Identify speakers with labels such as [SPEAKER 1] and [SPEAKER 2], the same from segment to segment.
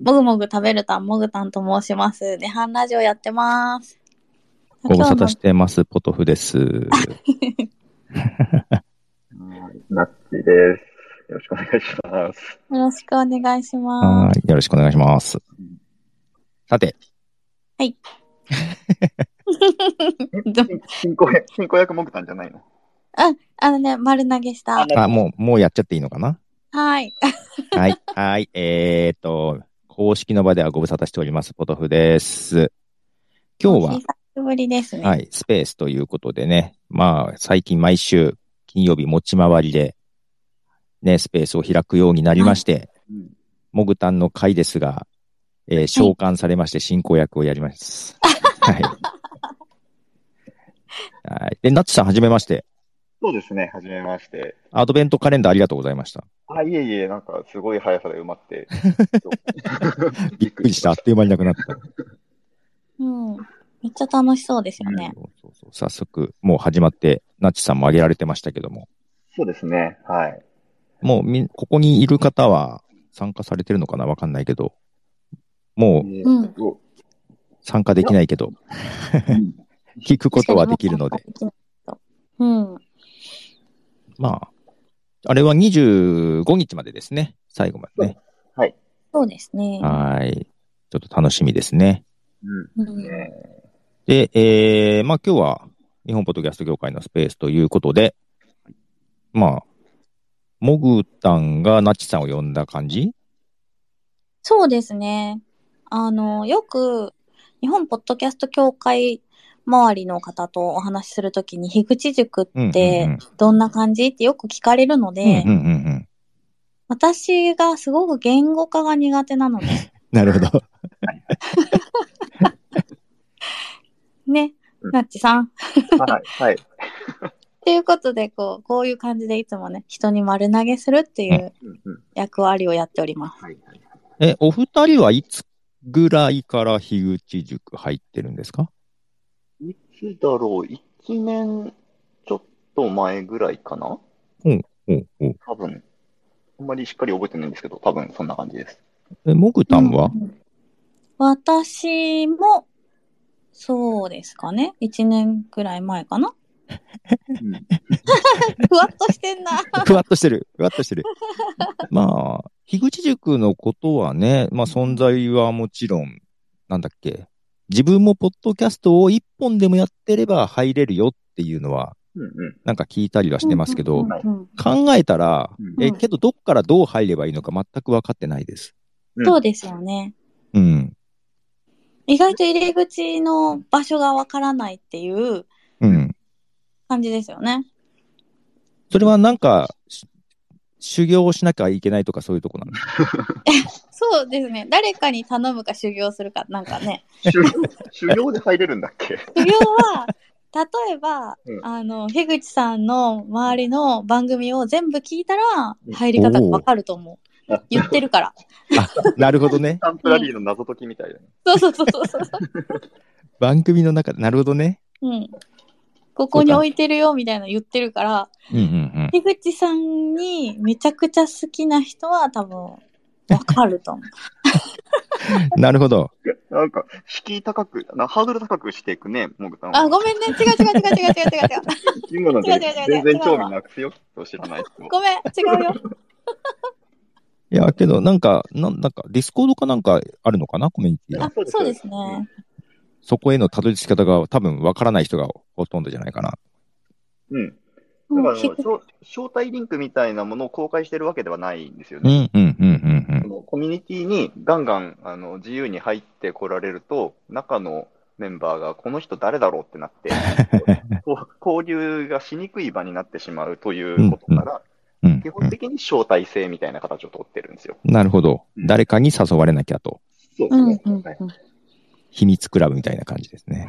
[SPEAKER 1] もぐもぐ食べるたん、もぐたんと申します。涅槃ラジオやってます。
[SPEAKER 2] ご無沙汰し
[SPEAKER 1] 今
[SPEAKER 2] てます、ポトフです。
[SPEAKER 3] はいナッチです。よろしくお願いします。
[SPEAKER 1] 日もよろしくお願いしま
[SPEAKER 2] は
[SPEAKER 1] す。
[SPEAKER 2] い。よろしくお願いします。さて、
[SPEAKER 1] ど
[SPEAKER 3] 進行役、進行役もぐたんじゃないの
[SPEAKER 1] あのね、丸投げした。
[SPEAKER 2] あ、もう、もうやっちゃっていいのかな
[SPEAKER 1] はい。
[SPEAKER 2] はい。 はい。えーっと、公式の場ではご無沙汰しております、ポトフです。今日は
[SPEAKER 1] 久し、ぶりですね。
[SPEAKER 2] はい、スペースということでね、まあ、最近毎週金曜日持ち回りで、ね、スペースを開くようになりまして、
[SPEAKER 3] うん
[SPEAKER 2] もぐたんの会ですが、えー召喚されまして進行役をやります。はい。はい。で、ナッツさん、はじめまして。
[SPEAKER 3] そうですね、はじめまして。
[SPEAKER 2] アドベントカレンダーありがとうございました。
[SPEAKER 3] あ、いえいえ、なんかすごい速さで埋ま って。
[SPEAKER 2] びっくりした。あっという間になくなった。
[SPEAKER 1] うん。めっちゃ楽しそうですよね。
[SPEAKER 2] そうそうそう早速、もう始まって、ナッチさんも挙げられてましたけども。
[SPEAKER 3] そうですね、はい。
[SPEAKER 2] もうみん、ここにいる方は参加されてるのかなわかんないけど。もう
[SPEAKER 1] うん。
[SPEAKER 3] お
[SPEAKER 2] 参加できないけど、
[SPEAKER 3] うん
[SPEAKER 2] 聞くことはできるので。
[SPEAKER 1] うん。
[SPEAKER 2] まあ、あれは25日までですね。最後までね。
[SPEAKER 1] そうですね。
[SPEAKER 2] はい。ちょっと楽しみですね。
[SPEAKER 3] うん
[SPEAKER 1] うん
[SPEAKER 3] ね
[SPEAKER 2] で、えー、まあ今日は日本ポッドキャスト業界のスペースということで、まあ、モグタンがナッチさんを呼んだ感じ
[SPEAKER 1] そうですね。あの、よく、日本ポッドキャスト協会周りの方とお話しするときに、樋口塾
[SPEAKER 2] うんうんう
[SPEAKER 1] っ
[SPEAKER 2] ん
[SPEAKER 1] てどんな感じってよく聞かれるので、
[SPEAKER 2] うんうんうんうん。
[SPEAKER 1] 私がすごく言語化が苦手なので、
[SPEAKER 2] なるほど。
[SPEAKER 1] ね
[SPEAKER 3] う、ん
[SPEAKER 1] なっちさん。
[SPEAKER 3] はい、はい。
[SPEAKER 1] ということで、こう、こういう感じでいつもね、人に丸投げするっていう
[SPEAKER 3] うんうん
[SPEAKER 1] 役割をやっております。
[SPEAKER 3] はいはい
[SPEAKER 2] え、お二人はいつぐらいから樋口塾入ってるんですか
[SPEAKER 3] いつだろう、一年ちょっと前ぐらいかな
[SPEAKER 2] おうおう
[SPEAKER 3] 多分。あんまりしっかり覚えてないんですけど、多分そんな感じです。
[SPEAKER 2] え、モグタンは
[SPEAKER 1] うん私も、そうですかね。1年くらい前かな。ふわっとしてんな。
[SPEAKER 2] ふわっとしてる。ふわっとしてる。まあ、樋口塾のことはね、まあ存在はもちろん、なんだっけ。自分もポッドキャストを一本でもやってれば入れるよっていうのは、
[SPEAKER 3] うんうん。
[SPEAKER 2] なんか聞いたりはしてますけ
[SPEAKER 1] う
[SPEAKER 2] ど
[SPEAKER 1] ん、うん
[SPEAKER 2] 考えたら、
[SPEAKER 3] うん
[SPEAKER 2] え、けどどっからどう入ればいいのか全く分かってないです。
[SPEAKER 1] うんそうですよね。
[SPEAKER 2] うん。
[SPEAKER 1] 意外と入り口の場所がわからないっていう
[SPEAKER 2] うん。
[SPEAKER 1] 感じですよね。
[SPEAKER 2] それはなんか、し修行をしなきゃいけないとかそういうとこなの
[SPEAKER 1] そうですね。誰かに頼むか修行するか、なんかね。
[SPEAKER 3] 修行、 修行で入れるんだっ け
[SPEAKER 1] 修行は、例えば、
[SPEAKER 3] うん
[SPEAKER 1] あの、樋口さんの周りの番組を全部聞いたら、入り方がわかると思
[SPEAKER 3] お
[SPEAKER 1] う
[SPEAKER 3] ー。
[SPEAKER 1] 言ってるから。
[SPEAKER 2] なるほどね
[SPEAKER 3] ス。タンプラリーの謎解きみたいな。
[SPEAKER 1] そうそうそうそうそう。
[SPEAKER 2] 番組の中で、なるほどね。
[SPEAKER 1] うん。ここに置いてるよ、みたいなの言ってるから、
[SPEAKER 2] うんうんうん。
[SPEAKER 1] 樋口さんにめちゃくちゃ好きな人は多分、わかる と思う。
[SPEAKER 2] なるほど。
[SPEAKER 3] なんか、敷居高く、なハードル高くしていくね、モグさんは。
[SPEAKER 1] あ、ごめんね。違う違う違う違う違う違う違う。
[SPEAKER 3] 今の
[SPEAKER 1] 違う
[SPEAKER 3] で
[SPEAKER 1] 違う違う
[SPEAKER 3] 全然興味なくすよ、きっと知らない人も。
[SPEAKER 1] ごめん、違うよ。
[SPEAKER 2] いや、けど、なんか、なんなんか、ディスコードかなんかあるのかなコミュニティが
[SPEAKER 1] あ。、そうですね。
[SPEAKER 2] そこへのたどり着き方が多分わからない人がほとんどじゃないかな。
[SPEAKER 3] うん。
[SPEAKER 1] う
[SPEAKER 3] だから
[SPEAKER 1] ん
[SPEAKER 3] あの、
[SPEAKER 1] ひ
[SPEAKER 3] 招招待リンクみたいなものを公開してるわけではないんですよ
[SPEAKER 2] う
[SPEAKER 3] ね。
[SPEAKER 2] ん、うん、うん、うん、う
[SPEAKER 3] そ
[SPEAKER 2] ん。
[SPEAKER 3] のコミュニティにガンガンあの自由に入ってこられると、中のメンバーがこの人誰だろうってな って、こう交流がしにくい場になってしまうということから、
[SPEAKER 2] うん
[SPEAKER 3] 基
[SPEAKER 2] う
[SPEAKER 3] 本
[SPEAKER 2] ん、
[SPEAKER 3] 的に招待制みたいな形を取ってるんですよ。
[SPEAKER 2] なるほど。誰かに誘われなきゃと。
[SPEAKER 3] そう
[SPEAKER 1] うんうん
[SPEAKER 3] そう
[SPEAKER 1] うん
[SPEAKER 3] はい
[SPEAKER 2] 秘密クラブみたいな感じですね。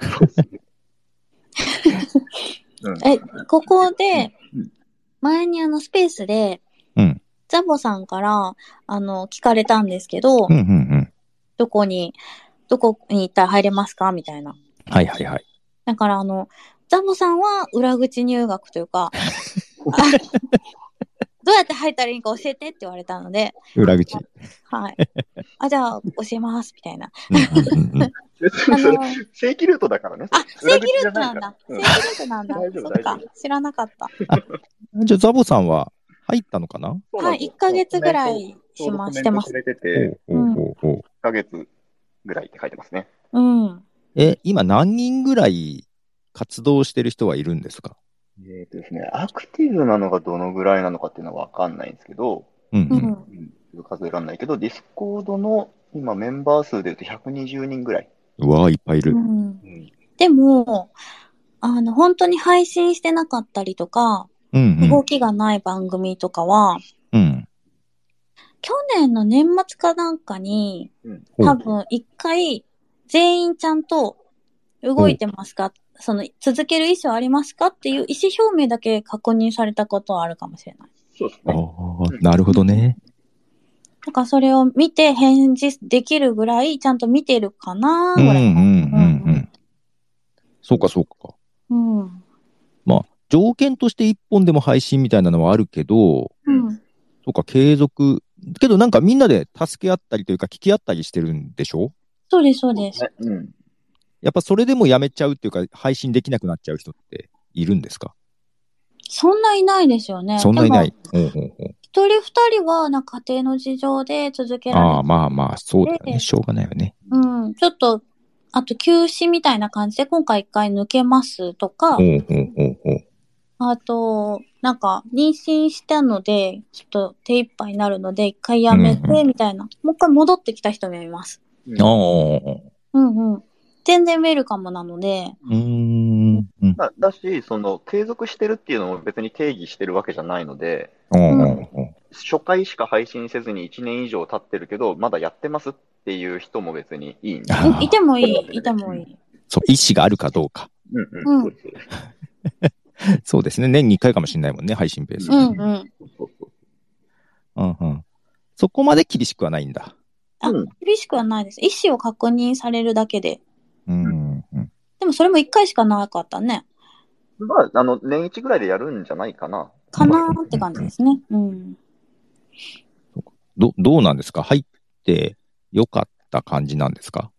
[SPEAKER 3] そうですねうん
[SPEAKER 1] え、ここで
[SPEAKER 3] うん、
[SPEAKER 1] 前にあのスペースで、
[SPEAKER 2] うん
[SPEAKER 1] ザボさんから、あの、聞かれたんですけど、
[SPEAKER 2] うん、うん、うん。
[SPEAKER 1] どこに、どこに行ったら入れますかみたいな。
[SPEAKER 2] はい、はい、はい。
[SPEAKER 1] だから あの、ザボさんは裏口入学というか、どうやって入ったらいいか教えてって言われたので、
[SPEAKER 2] 裏口。
[SPEAKER 1] はい。あ、じゃあ、教えます、みたいな。
[SPEAKER 2] うんうんうんうん
[SPEAKER 3] 別
[SPEAKER 1] あ
[SPEAKER 3] にそれ
[SPEAKER 1] の、
[SPEAKER 3] 正規ルートだからね。
[SPEAKER 1] あ、正規ルートなんだ。正
[SPEAKER 3] 裏
[SPEAKER 1] 規
[SPEAKER 3] 口じゃな
[SPEAKER 1] ルートなん
[SPEAKER 3] いから
[SPEAKER 1] だ
[SPEAKER 3] うん大丈。夫
[SPEAKER 1] そっ
[SPEAKER 3] 大
[SPEAKER 1] か
[SPEAKER 3] 丈。
[SPEAKER 1] 知らなかった。
[SPEAKER 2] じゃあ、ザボさん は入ったのかな
[SPEAKER 3] そうな
[SPEAKER 1] は
[SPEAKER 3] んです
[SPEAKER 1] い、
[SPEAKER 3] よ
[SPEAKER 1] 1ヶ月ぐら
[SPEAKER 3] コメン
[SPEAKER 1] い
[SPEAKER 3] トちょ
[SPEAKER 1] し
[SPEAKER 3] うどコメ
[SPEAKER 1] ま
[SPEAKER 3] ント
[SPEAKER 1] してます
[SPEAKER 3] く。れてて、
[SPEAKER 2] おうおうおうおう
[SPEAKER 3] 1ヶ月ぐらいって書いてますね。
[SPEAKER 1] うん。
[SPEAKER 2] え、今何人ぐらい活動してる人はいるんですか
[SPEAKER 3] えっとですね、アクティブなのがどのぐらいなのかっていうのはわかんないんですけど、
[SPEAKER 2] うん
[SPEAKER 1] う
[SPEAKER 2] うん。
[SPEAKER 1] ん。
[SPEAKER 3] うん、数えらんないけど、ディスコードの今メンバー数で言うと120人ぐらい。
[SPEAKER 2] うわぁ、いっぱいいる
[SPEAKER 1] う。ん
[SPEAKER 3] う、ん、
[SPEAKER 1] でも、あの、本当に配信してなかったりとか、
[SPEAKER 2] うんうん
[SPEAKER 1] 動きがない番組とかは、
[SPEAKER 2] うん。
[SPEAKER 1] 去年の年末かなんかに、
[SPEAKER 2] ほう
[SPEAKER 1] 多分一回、全員ちゃんと動いてますか、その、続ける意思はありますかっていう意思表明だけ確認されたことはあるかもしれない。
[SPEAKER 3] そうです
[SPEAKER 2] あ
[SPEAKER 3] ね。
[SPEAKER 2] ーなるほどね。
[SPEAKER 1] だからそれを見て返事できるぐらい、ちゃんと見てるかな
[SPEAKER 2] う
[SPEAKER 1] ぐ
[SPEAKER 2] んうんう
[SPEAKER 1] らい。
[SPEAKER 2] んうん。そうかそうか。
[SPEAKER 1] うん。
[SPEAKER 2] 条件として一本でも配信みたいなのはあるけど、
[SPEAKER 1] うん。
[SPEAKER 2] そうか、継続。けどなんかみんなで助け合ったりというか聞き合ったりしてるんでしょ
[SPEAKER 1] そうです、そうです。
[SPEAKER 3] ねうん。
[SPEAKER 2] やっぱそれでもやめちゃうっていうか、配信できなくなっちゃう人っているんですか
[SPEAKER 1] そんないないですよね。
[SPEAKER 2] そんないな
[SPEAKER 1] で
[SPEAKER 2] い
[SPEAKER 1] も。
[SPEAKER 2] ほうほうほう
[SPEAKER 1] 一人二人は、なんか家庭の事情で続けられ
[SPEAKER 2] あ
[SPEAKER 1] て
[SPEAKER 2] あ、まあまあ、そうだよ
[SPEAKER 1] で
[SPEAKER 2] ね。しょうがないよね。
[SPEAKER 1] うん、ちょっと、あと休止みたいな感じで今回一回抜けますとか
[SPEAKER 2] ほ、うほうほうほう。
[SPEAKER 1] あと、なんか妊娠したので、ちょっと手一杯になるので一回やめ
[SPEAKER 2] うんう
[SPEAKER 1] てみたいな、もう一回戻ってきた人もいます。
[SPEAKER 3] うん
[SPEAKER 2] ああ、
[SPEAKER 1] うんうん。全然ウェルカムなので、
[SPEAKER 2] うーん。うん
[SPEAKER 3] だだし、その、継続してるっていうのも別に定義してるわけじゃないので、
[SPEAKER 2] うん
[SPEAKER 3] 初回しか配信せずに1年以上経ってるけど、まだやってますっていう人も別にいいんで。
[SPEAKER 2] あー
[SPEAKER 1] いいてもいい、いてもいい。
[SPEAKER 2] そう、意思があるかどうか。
[SPEAKER 3] うん
[SPEAKER 1] うん
[SPEAKER 3] そうですそうです
[SPEAKER 2] そうですね。年に1回かもしれないもんね、配信ペース。
[SPEAKER 1] うんうん。
[SPEAKER 3] そうそうそう
[SPEAKER 2] うんうんそこまで厳しくはないんだ。
[SPEAKER 1] あ
[SPEAKER 3] うん、
[SPEAKER 1] 厳しくはないです。意思を確認されるだけで。
[SPEAKER 2] うんうん。
[SPEAKER 1] でもそれも一回しかなかったね。
[SPEAKER 3] まあ、あの、年一ぐらいでやるんじゃないかな。
[SPEAKER 1] かなーって感じですね。うん。
[SPEAKER 2] ど、どうなんですか入ってよかった感じなんですか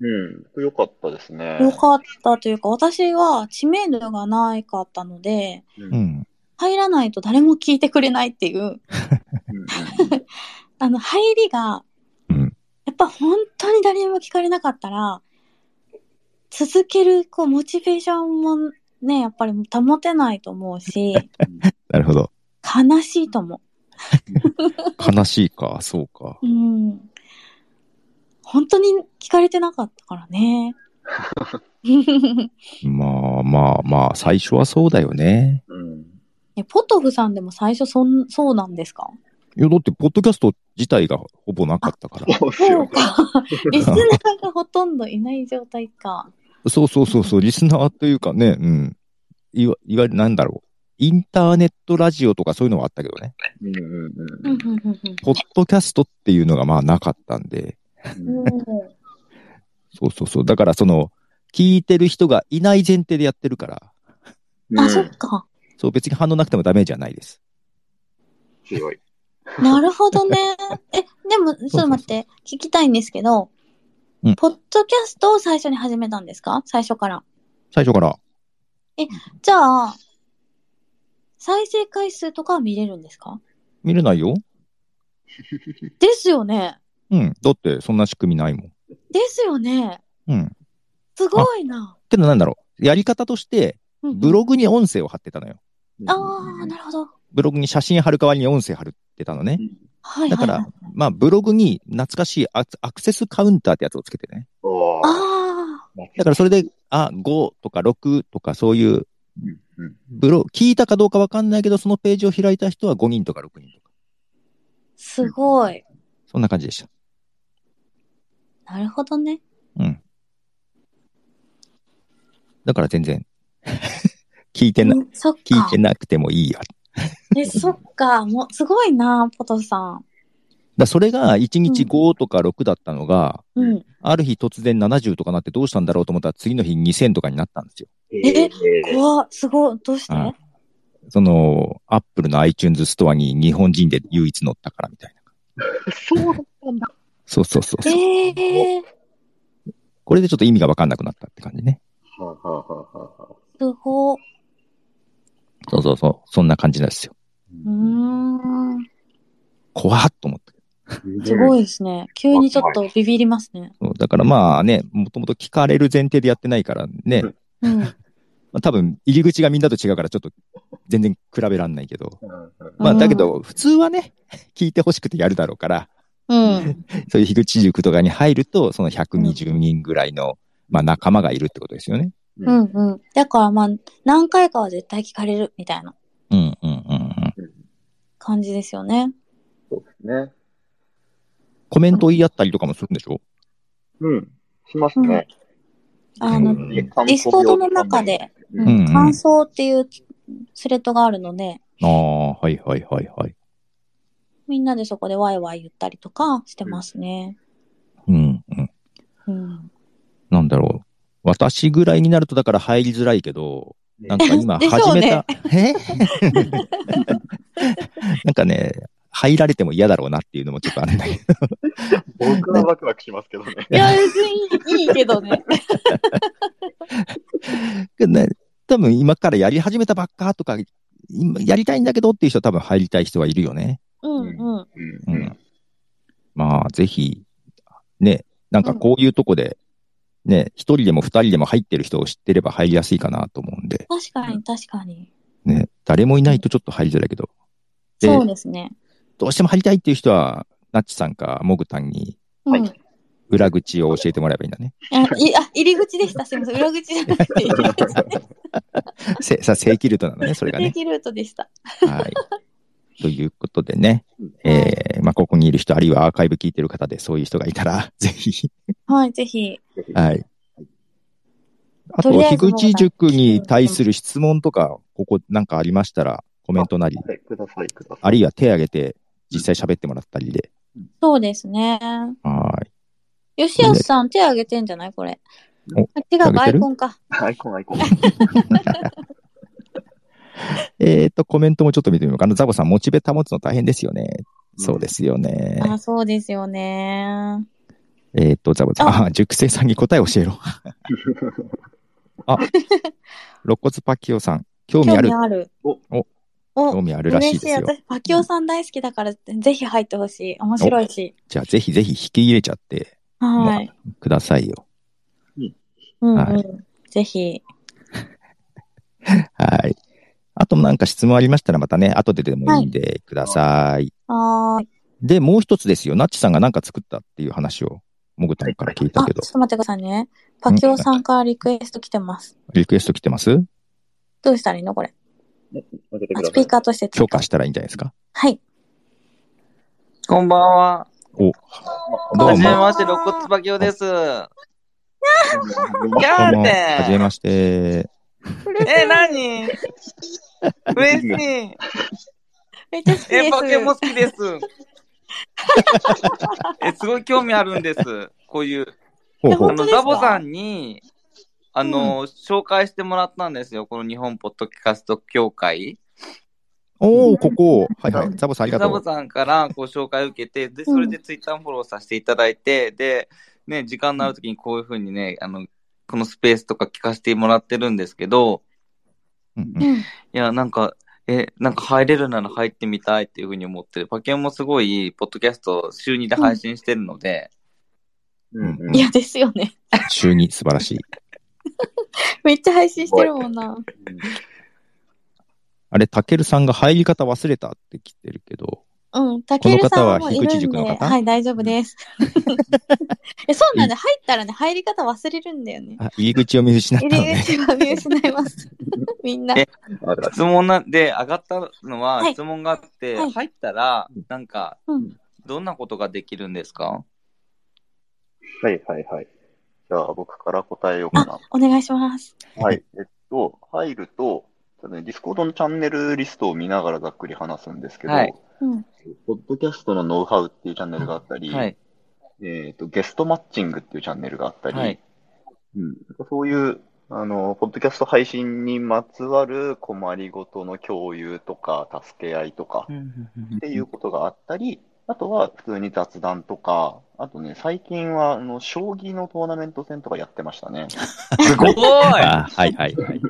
[SPEAKER 3] うん。よかったですね。
[SPEAKER 1] よかったというか、私は知名度がないかったので、
[SPEAKER 3] うん
[SPEAKER 2] う
[SPEAKER 3] うん
[SPEAKER 2] ん。
[SPEAKER 1] 入らないと誰も聞いてくれないっていう、
[SPEAKER 3] うん
[SPEAKER 1] あの、入りが、
[SPEAKER 2] うん
[SPEAKER 1] やっぱ本当に誰にも聞かれなかったら、続ける、こう、モチベーションもね、やっぱり保てないと思う し、
[SPEAKER 2] なるほど。
[SPEAKER 1] 悲しいと思
[SPEAKER 2] 悲しいか、そうか。
[SPEAKER 1] う。うん。本当に聞かれてなかったから ね。
[SPEAKER 2] まあまあまあ、最初はそうだよね。
[SPEAKER 3] うん。
[SPEAKER 1] えポトフさんでも最初そん、そうなんですか
[SPEAKER 2] いや、だって、ポッドキャスト自体がほぼなかったから。
[SPEAKER 3] そうっす
[SPEAKER 1] そ
[SPEAKER 3] よ
[SPEAKER 1] う。か。リスナーがほとんどいない状態か。
[SPEAKER 2] そうそうそうそう、リスナーというかね、うん。いわ、いわゆるなんだろう。インターネットラジオとかそういうのはあったけどね。
[SPEAKER 3] うんうん
[SPEAKER 1] うんうんうんうん
[SPEAKER 2] ポッドキャストっていうのがまあなかったんで。
[SPEAKER 3] うんうん。
[SPEAKER 2] そうそうそう。だからその、聞いてる人がいない前提でやってるから、
[SPEAKER 3] うん
[SPEAKER 1] あ、そっか。
[SPEAKER 2] そう別に反応なくてもダメじゃないです。
[SPEAKER 3] 強い。
[SPEAKER 1] なるほどね。え、でも、ちょっと待って、聞きたいんですけど、
[SPEAKER 2] うん
[SPEAKER 1] ポッドキャストを最初に始めたんですか最初から。
[SPEAKER 2] 最初から。
[SPEAKER 1] じゃあ、再生回数とかは見れるんですか
[SPEAKER 2] 見れないよ。
[SPEAKER 1] ですよね。
[SPEAKER 2] うん。だって、そんな仕組みないもん。
[SPEAKER 1] ですよね。
[SPEAKER 2] うん。
[SPEAKER 1] すごいな。
[SPEAKER 2] けどなんだろう。やり方として、
[SPEAKER 1] うんうん
[SPEAKER 2] ブログに音声を貼ってたのよ。
[SPEAKER 1] ああ、なるほど。
[SPEAKER 2] ブログに写真貼る代わりに音声貼ってたのね。
[SPEAKER 1] はいはい、はい。
[SPEAKER 2] だからまあ、ブログに懐かしいアクアクセスカウンターってやつをつけてね。
[SPEAKER 3] おー
[SPEAKER 1] あ
[SPEAKER 2] だからそれで、あ、5とか6とかそういう、
[SPEAKER 3] うんうん
[SPEAKER 2] ブロ、聞いたかどうかわかんないけど、そのページを開いた人は5人とか6人とか。
[SPEAKER 1] あ、すごい。
[SPEAKER 2] そんな感じでした。
[SPEAKER 1] なるほどね。
[SPEAKER 2] うん。だから全然、聞いてな、
[SPEAKER 1] うんそっか。
[SPEAKER 2] 聞いてなくてもいいよ。
[SPEAKER 1] え、そっか。もう、すごいな、ポトフさん。
[SPEAKER 2] だそれが1日
[SPEAKER 1] うん
[SPEAKER 2] 5とか6だったのが、
[SPEAKER 1] うん。
[SPEAKER 2] ある日突然70とかなってどうしたんだろうと思ったら次の日2000とかになったんですよ。
[SPEAKER 1] え怖っすごい。どうして
[SPEAKER 2] うんその、アップルの iTunes ストアに日本人で唯一乗ったからみたいな。
[SPEAKER 3] そうだったんだ。
[SPEAKER 2] そうそうそうそう。
[SPEAKER 1] ええー、
[SPEAKER 2] これでちょっと意味がわかんなくなったって感じね。
[SPEAKER 3] はあはあはあはあはあ
[SPEAKER 1] すご。う
[SPEAKER 2] そうそうそう。そんな感じなんですよ。
[SPEAKER 1] ーん。
[SPEAKER 2] 怖っと思った。
[SPEAKER 1] すごいですね。急にちょっとビビりますね。
[SPEAKER 2] そうだからまあね、もともと聞かれる前提でやってないからね、
[SPEAKER 3] う ん
[SPEAKER 1] うん。
[SPEAKER 2] まあ、多分入り口がみんなと違うからちょっと全然比べらんないけど。
[SPEAKER 3] うんうん
[SPEAKER 2] まあ
[SPEAKER 1] うん
[SPEAKER 2] だけど、普通はね、 聞いてほしくてやるだろうから、
[SPEAKER 1] うん。
[SPEAKER 2] そういう樋口塾とかに入ると、その120人ぐらいの、まあ仲間がいるってことですよね。
[SPEAKER 1] うんうん。だからまあ、何回かは絶対聞かれるみたいな
[SPEAKER 2] うんうんうんうん。
[SPEAKER 1] 感じですよね。
[SPEAKER 3] そうですね。
[SPEAKER 2] コメント言い合ったりとかもするんでしょ
[SPEAKER 3] うん。しますね。
[SPEAKER 1] あ
[SPEAKER 2] う
[SPEAKER 1] の、
[SPEAKER 2] ん
[SPEAKER 3] いや観光
[SPEAKER 1] ディスコードの中で
[SPEAKER 3] 用
[SPEAKER 1] う
[SPEAKER 3] とかね。
[SPEAKER 1] ん
[SPEAKER 2] うん
[SPEAKER 1] 感想っていうスレッドがあるので、
[SPEAKER 2] ああ、はいはいはいはい。
[SPEAKER 1] みんなでそこでワイワイ言ったりとかしてますね。
[SPEAKER 2] うんうん。
[SPEAKER 1] うん。
[SPEAKER 2] なんだろう。私ぐらいになるとだから入りづらいけど、
[SPEAKER 3] ね
[SPEAKER 2] なんか 今
[SPEAKER 1] でし
[SPEAKER 2] 始
[SPEAKER 1] ょう
[SPEAKER 2] め
[SPEAKER 1] ね
[SPEAKER 2] た。え なんかね、入られても嫌だろうなっていうのもちょっとあるんだけど。
[SPEAKER 3] 僕はワクワクしますけどね。
[SPEAKER 1] いや、別にいいけどね。
[SPEAKER 2] けどね、多分今からやり始めたばっかとか、今やりたいんだけどっていう人は多分入りたい人はいるよね。
[SPEAKER 1] うんうん。
[SPEAKER 3] う
[SPEAKER 2] うんん。まあ、ぜひ、ね、なんかこういうとこで、ね、一人でも二人でも入ってる人を知ってれば入りやすいかなと思うんで、
[SPEAKER 1] 確かに確かに。
[SPEAKER 2] ね、誰もいないとちょっと入りづらいけど、で
[SPEAKER 1] そうですね。
[SPEAKER 2] どうしても入りたいっていう人は、ナッチさんかモグタンに
[SPEAKER 1] うん。
[SPEAKER 3] はい
[SPEAKER 2] 裏口を教えてもらえばいいんだね。
[SPEAKER 1] あ、いあ入り口でした。すみません。裏口じゃなくて入り口でし
[SPEAKER 2] せ さ正規ルートなのね、 それ
[SPEAKER 1] た。
[SPEAKER 2] が
[SPEAKER 1] 定
[SPEAKER 2] ね。
[SPEAKER 1] 期ルートでした。
[SPEAKER 2] はい。ということで ね
[SPEAKER 3] うん、
[SPEAKER 2] えー、まあ、ここにいる人、あるいはアーカイブ聞いてる方で、そういう人がいたら、 ぜひ、
[SPEAKER 1] はい、ぜひ。
[SPEAKER 2] はい。あ
[SPEAKER 1] と
[SPEAKER 2] と、
[SPEAKER 1] りあえず
[SPEAKER 2] 樋口塾に対する質問とか、ここなんかありましたら、コメントなり、
[SPEAKER 3] はい、ください、ください。
[SPEAKER 2] あるいは手挙げて、実際喋ってもらったりで。
[SPEAKER 1] そうですね。
[SPEAKER 2] は
[SPEAKER 1] 吉安さん、手挙げてんじゃないこれ。
[SPEAKER 2] お
[SPEAKER 1] あ違うか、ア
[SPEAKER 2] 挙げて
[SPEAKER 1] イ
[SPEAKER 2] る
[SPEAKER 1] コンか。
[SPEAKER 3] アイコン、アイコ
[SPEAKER 2] い。
[SPEAKER 3] ン。
[SPEAKER 2] えっ、と、コメントもちょっと見てみようかな。ザボさん、モチベ保つの大変ですよね。そうですよね。
[SPEAKER 1] あ、そうですよね。
[SPEAKER 2] えっ、と、ザボさん、
[SPEAKER 1] あ
[SPEAKER 2] あ塾生さんに答え教 えろ。肋骨パキオさん、興味
[SPEAKER 1] 興
[SPEAKER 2] ある
[SPEAKER 1] 味。ある。
[SPEAKER 3] お
[SPEAKER 2] お
[SPEAKER 1] お
[SPEAKER 2] 興味あるらしいですよ。
[SPEAKER 1] 私、パキオさん大好きだから、ぜひ入ってほしい。面白いし。
[SPEAKER 2] じゃあ、ぜひぜひ引き入れちゃって
[SPEAKER 1] はい。
[SPEAKER 2] くださいよ。
[SPEAKER 1] うん
[SPEAKER 2] は
[SPEAKER 1] うん。ぜひ。
[SPEAKER 2] はい。あとなんか質問ありましたらまたね、後ででもいいんでください。
[SPEAKER 1] はーい。
[SPEAKER 2] で、もう一つですよ。ナッチさんがなんか作ったっていう話を、もぐたんから聞い
[SPEAKER 1] あ、
[SPEAKER 2] た
[SPEAKER 1] ちょ
[SPEAKER 2] け
[SPEAKER 1] っ
[SPEAKER 2] ど、
[SPEAKER 1] と待ってくださいね。パキオさんからリクエスト来てます。
[SPEAKER 2] リクエスト来てます
[SPEAKER 1] どうしたらいいのこれ。
[SPEAKER 3] 開けて
[SPEAKER 1] あ
[SPEAKER 3] くだ
[SPEAKER 1] ス
[SPEAKER 3] さ
[SPEAKER 1] ピ
[SPEAKER 3] い
[SPEAKER 1] ー。カーとして
[SPEAKER 2] 強化したらいいんじゃないですか
[SPEAKER 1] はい。
[SPEAKER 4] こんばんは。
[SPEAKER 2] お、
[SPEAKER 4] は
[SPEAKER 2] どう
[SPEAKER 4] じめ
[SPEAKER 2] も。
[SPEAKER 4] まして、肋骨バキオです。や
[SPEAKER 2] どう
[SPEAKER 4] ー
[SPEAKER 2] も
[SPEAKER 4] って。
[SPEAKER 2] はじめまして。
[SPEAKER 4] え、なに嬉しい。
[SPEAKER 1] めっちゃ好きで
[SPEAKER 4] え、
[SPEAKER 1] す。
[SPEAKER 4] バケも好きです。 え、すごい興味あるんです。こういう。
[SPEAKER 2] ほう
[SPEAKER 1] え
[SPEAKER 2] ほ
[SPEAKER 4] あ
[SPEAKER 1] 本。
[SPEAKER 2] う
[SPEAKER 1] 当
[SPEAKER 4] の、
[SPEAKER 1] ですか
[SPEAKER 4] ザボさんに、あの、紹介してもらったんですよ。この日本ポッドキャスト協会。
[SPEAKER 2] おー、ここ。はいはい。ザボさんありが
[SPEAKER 4] ザ
[SPEAKER 2] と
[SPEAKER 4] ボ
[SPEAKER 2] う。
[SPEAKER 4] さんからご紹介を受けて、で、それでツイッターフォローさせていただいて、で、ね、時間のある時にこういうふうにね、あの、このスペースとか聞かせてもらってるんですけど、
[SPEAKER 2] うんう
[SPEAKER 1] うんん。
[SPEAKER 4] いや、なんか、え、なんか入れるなら入ってみたいっていうふうに思ってる。パケンもすごい、ポッドキャスト週2で配信してるので、
[SPEAKER 3] うんうん
[SPEAKER 1] いや、ですよね。
[SPEAKER 2] 週に素晴らしい。
[SPEAKER 1] めっちゃ配信してるもんな。
[SPEAKER 2] あれ、たけるさんが入り方忘れたって来てるけど。
[SPEAKER 1] うん。たけるさんはもうい
[SPEAKER 2] この方
[SPEAKER 1] る
[SPEAKER 2] は樋口
[SPEAKER 1] ん
[SPEAKER 2] 塾
[SPEAKER 1] で、
[SPEAKER 2] の方
[SPEAKER 1] はい、大丈夫です。 え、そうなんで、入ったらね、入り方忘れるんだよね。
[SPEAKER 2] あ、入り口を見失っ
[SPEAKER 1] 入
[SPEAKER 2] たの
[SPEAKER 1] り
[SPEAKER 2] ね。
[SPEAKER 1] 口は見失います。みんな。
[SPEAKER 4] え
[SPEAKER 3] あるある
[SPEAKER 4] 質問なんで上がったの
[SPEAKER 1] は
[SPEAKER 4] は、
[SPEAKER 1] い
[SPEAKER 4] 質問があって、
[SPEAKER 1] はい
[SPEAKER 4] 入ったら、なんか、
[SPEAKER 1] うん
[SPEAKER 4] どんなことができるんですか
[SPEAKER 3] はいはいはい。じゃあ、僕から答えようかな。
[SPEAKER 1] お願いします。
[SPEAKER 3] はい。えっと、入ると、ちょっとねディスコードのチャンネルリストを見ながらざっくり話すんですけど、
[SPEAKER 4] はい
[SPEAKER 1] うん。
[SPEAKER 3] ポッドキャストのノウハウっていうチャンネルがあったり、
[SPEAKER 4] はい。
[SPEAKER 3] えっと、ゲストマッチングっていうチャンネルがあったり、
[SPEAKER 4] はい。
[SPEAKER 3] うん、そういうあの、ポッドキャスト配信にまつわる困りごとの共有とか、助け合いとかっていうことがあったり、あとは普通に雑談とか、あとね、最近は、あの、将棋のトーナメント戦とかやってましたね。
[SPEAKER 4] すごい
[SPEAKER 2] あはいはいはい。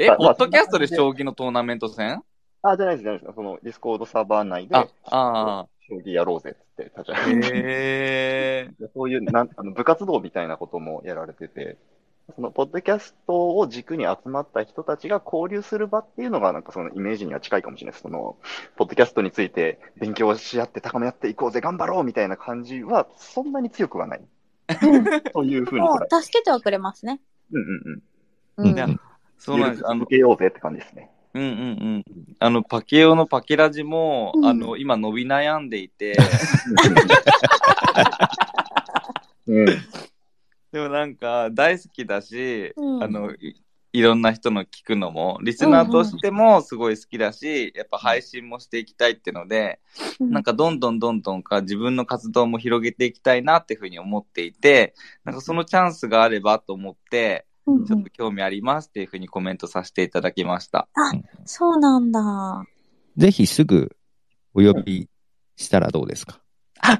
[SPEAKER 4] え、
[SPEAKER 3] なんか
[SPEAKER 4] ポッドキャストで
[SPEAKER 3] ま
[SPEAKER 4] 将棋のトーナメント戦
[SPEAKER 3] ああ、じゃないです、じゃないです。その、ディスコードサーバー内で、
[SPEAKER 4] あ、あ
[SPEAKER 3] 将棋やろうぜって立ち
[SPEAKER 4] あ。
[SPEAKER 3] 上げて
[SPEAKER 4] へえ。
[SPEAKER 3] そういうなんあの部活動みたいなこともやられてて、そのポッドキャストを軸に集まった人たちが交流する場っていうのが、なんかそのイメージには近いかもしれないです。その、ポッドキャストについて勉強し合って高め合っていこうぜ、頑張ろうみたいな感じは、そんなに強くはない。というふうに
[SPEAKER 1] も
[SPEAKER 3] 捉えて。
[SPEAKER 1] う助けてはくれますね。
[SPEAKER 3] うんうん。
[SPEAKER 1] うん。
[SPEAKER 2] うん
[SPEAKER 1] うん
[SPEAKER 4] そううんな
[SPEAKER 3] 緩
[SPEAKER 4] ん
[SPEAKER 3] く
[SPEAKER 4] です。あの
[SPEAKER 3] 続、けようぜって感じですね。
[SPEAKER 4] うんうんうん。あの、パケオのパケラジも、
[SPEAKER 1] うん
[SPEAKER 4] あの、今伸び悩んで いて、
[SPEAKER 3] うんうんうん。
[SPEAKER 4] でもなんか大好きだし、
[SPEAKER 1] うん
[SPEAKER 4] あの、いいろんな人の聞くのも、リスナーとしてもすごい好きだし、やっぱ配信もしていきたいってので、なんかどんどんどんどんか自分の活動も広げていきたいなっていうふうに思っていて、なんかそのチャンスがあればと思っ
[SPEAKER 1] うんうん
[SPEAKER 4] て、ちょっと興味ありますっていうふうにコメントさせていただきました。
[SPEAKER 1] そうなんだ。は
[SPEAKER 2] ぜひすぐお呼びしたらどうですか
[SPEAKER 1] い。あ、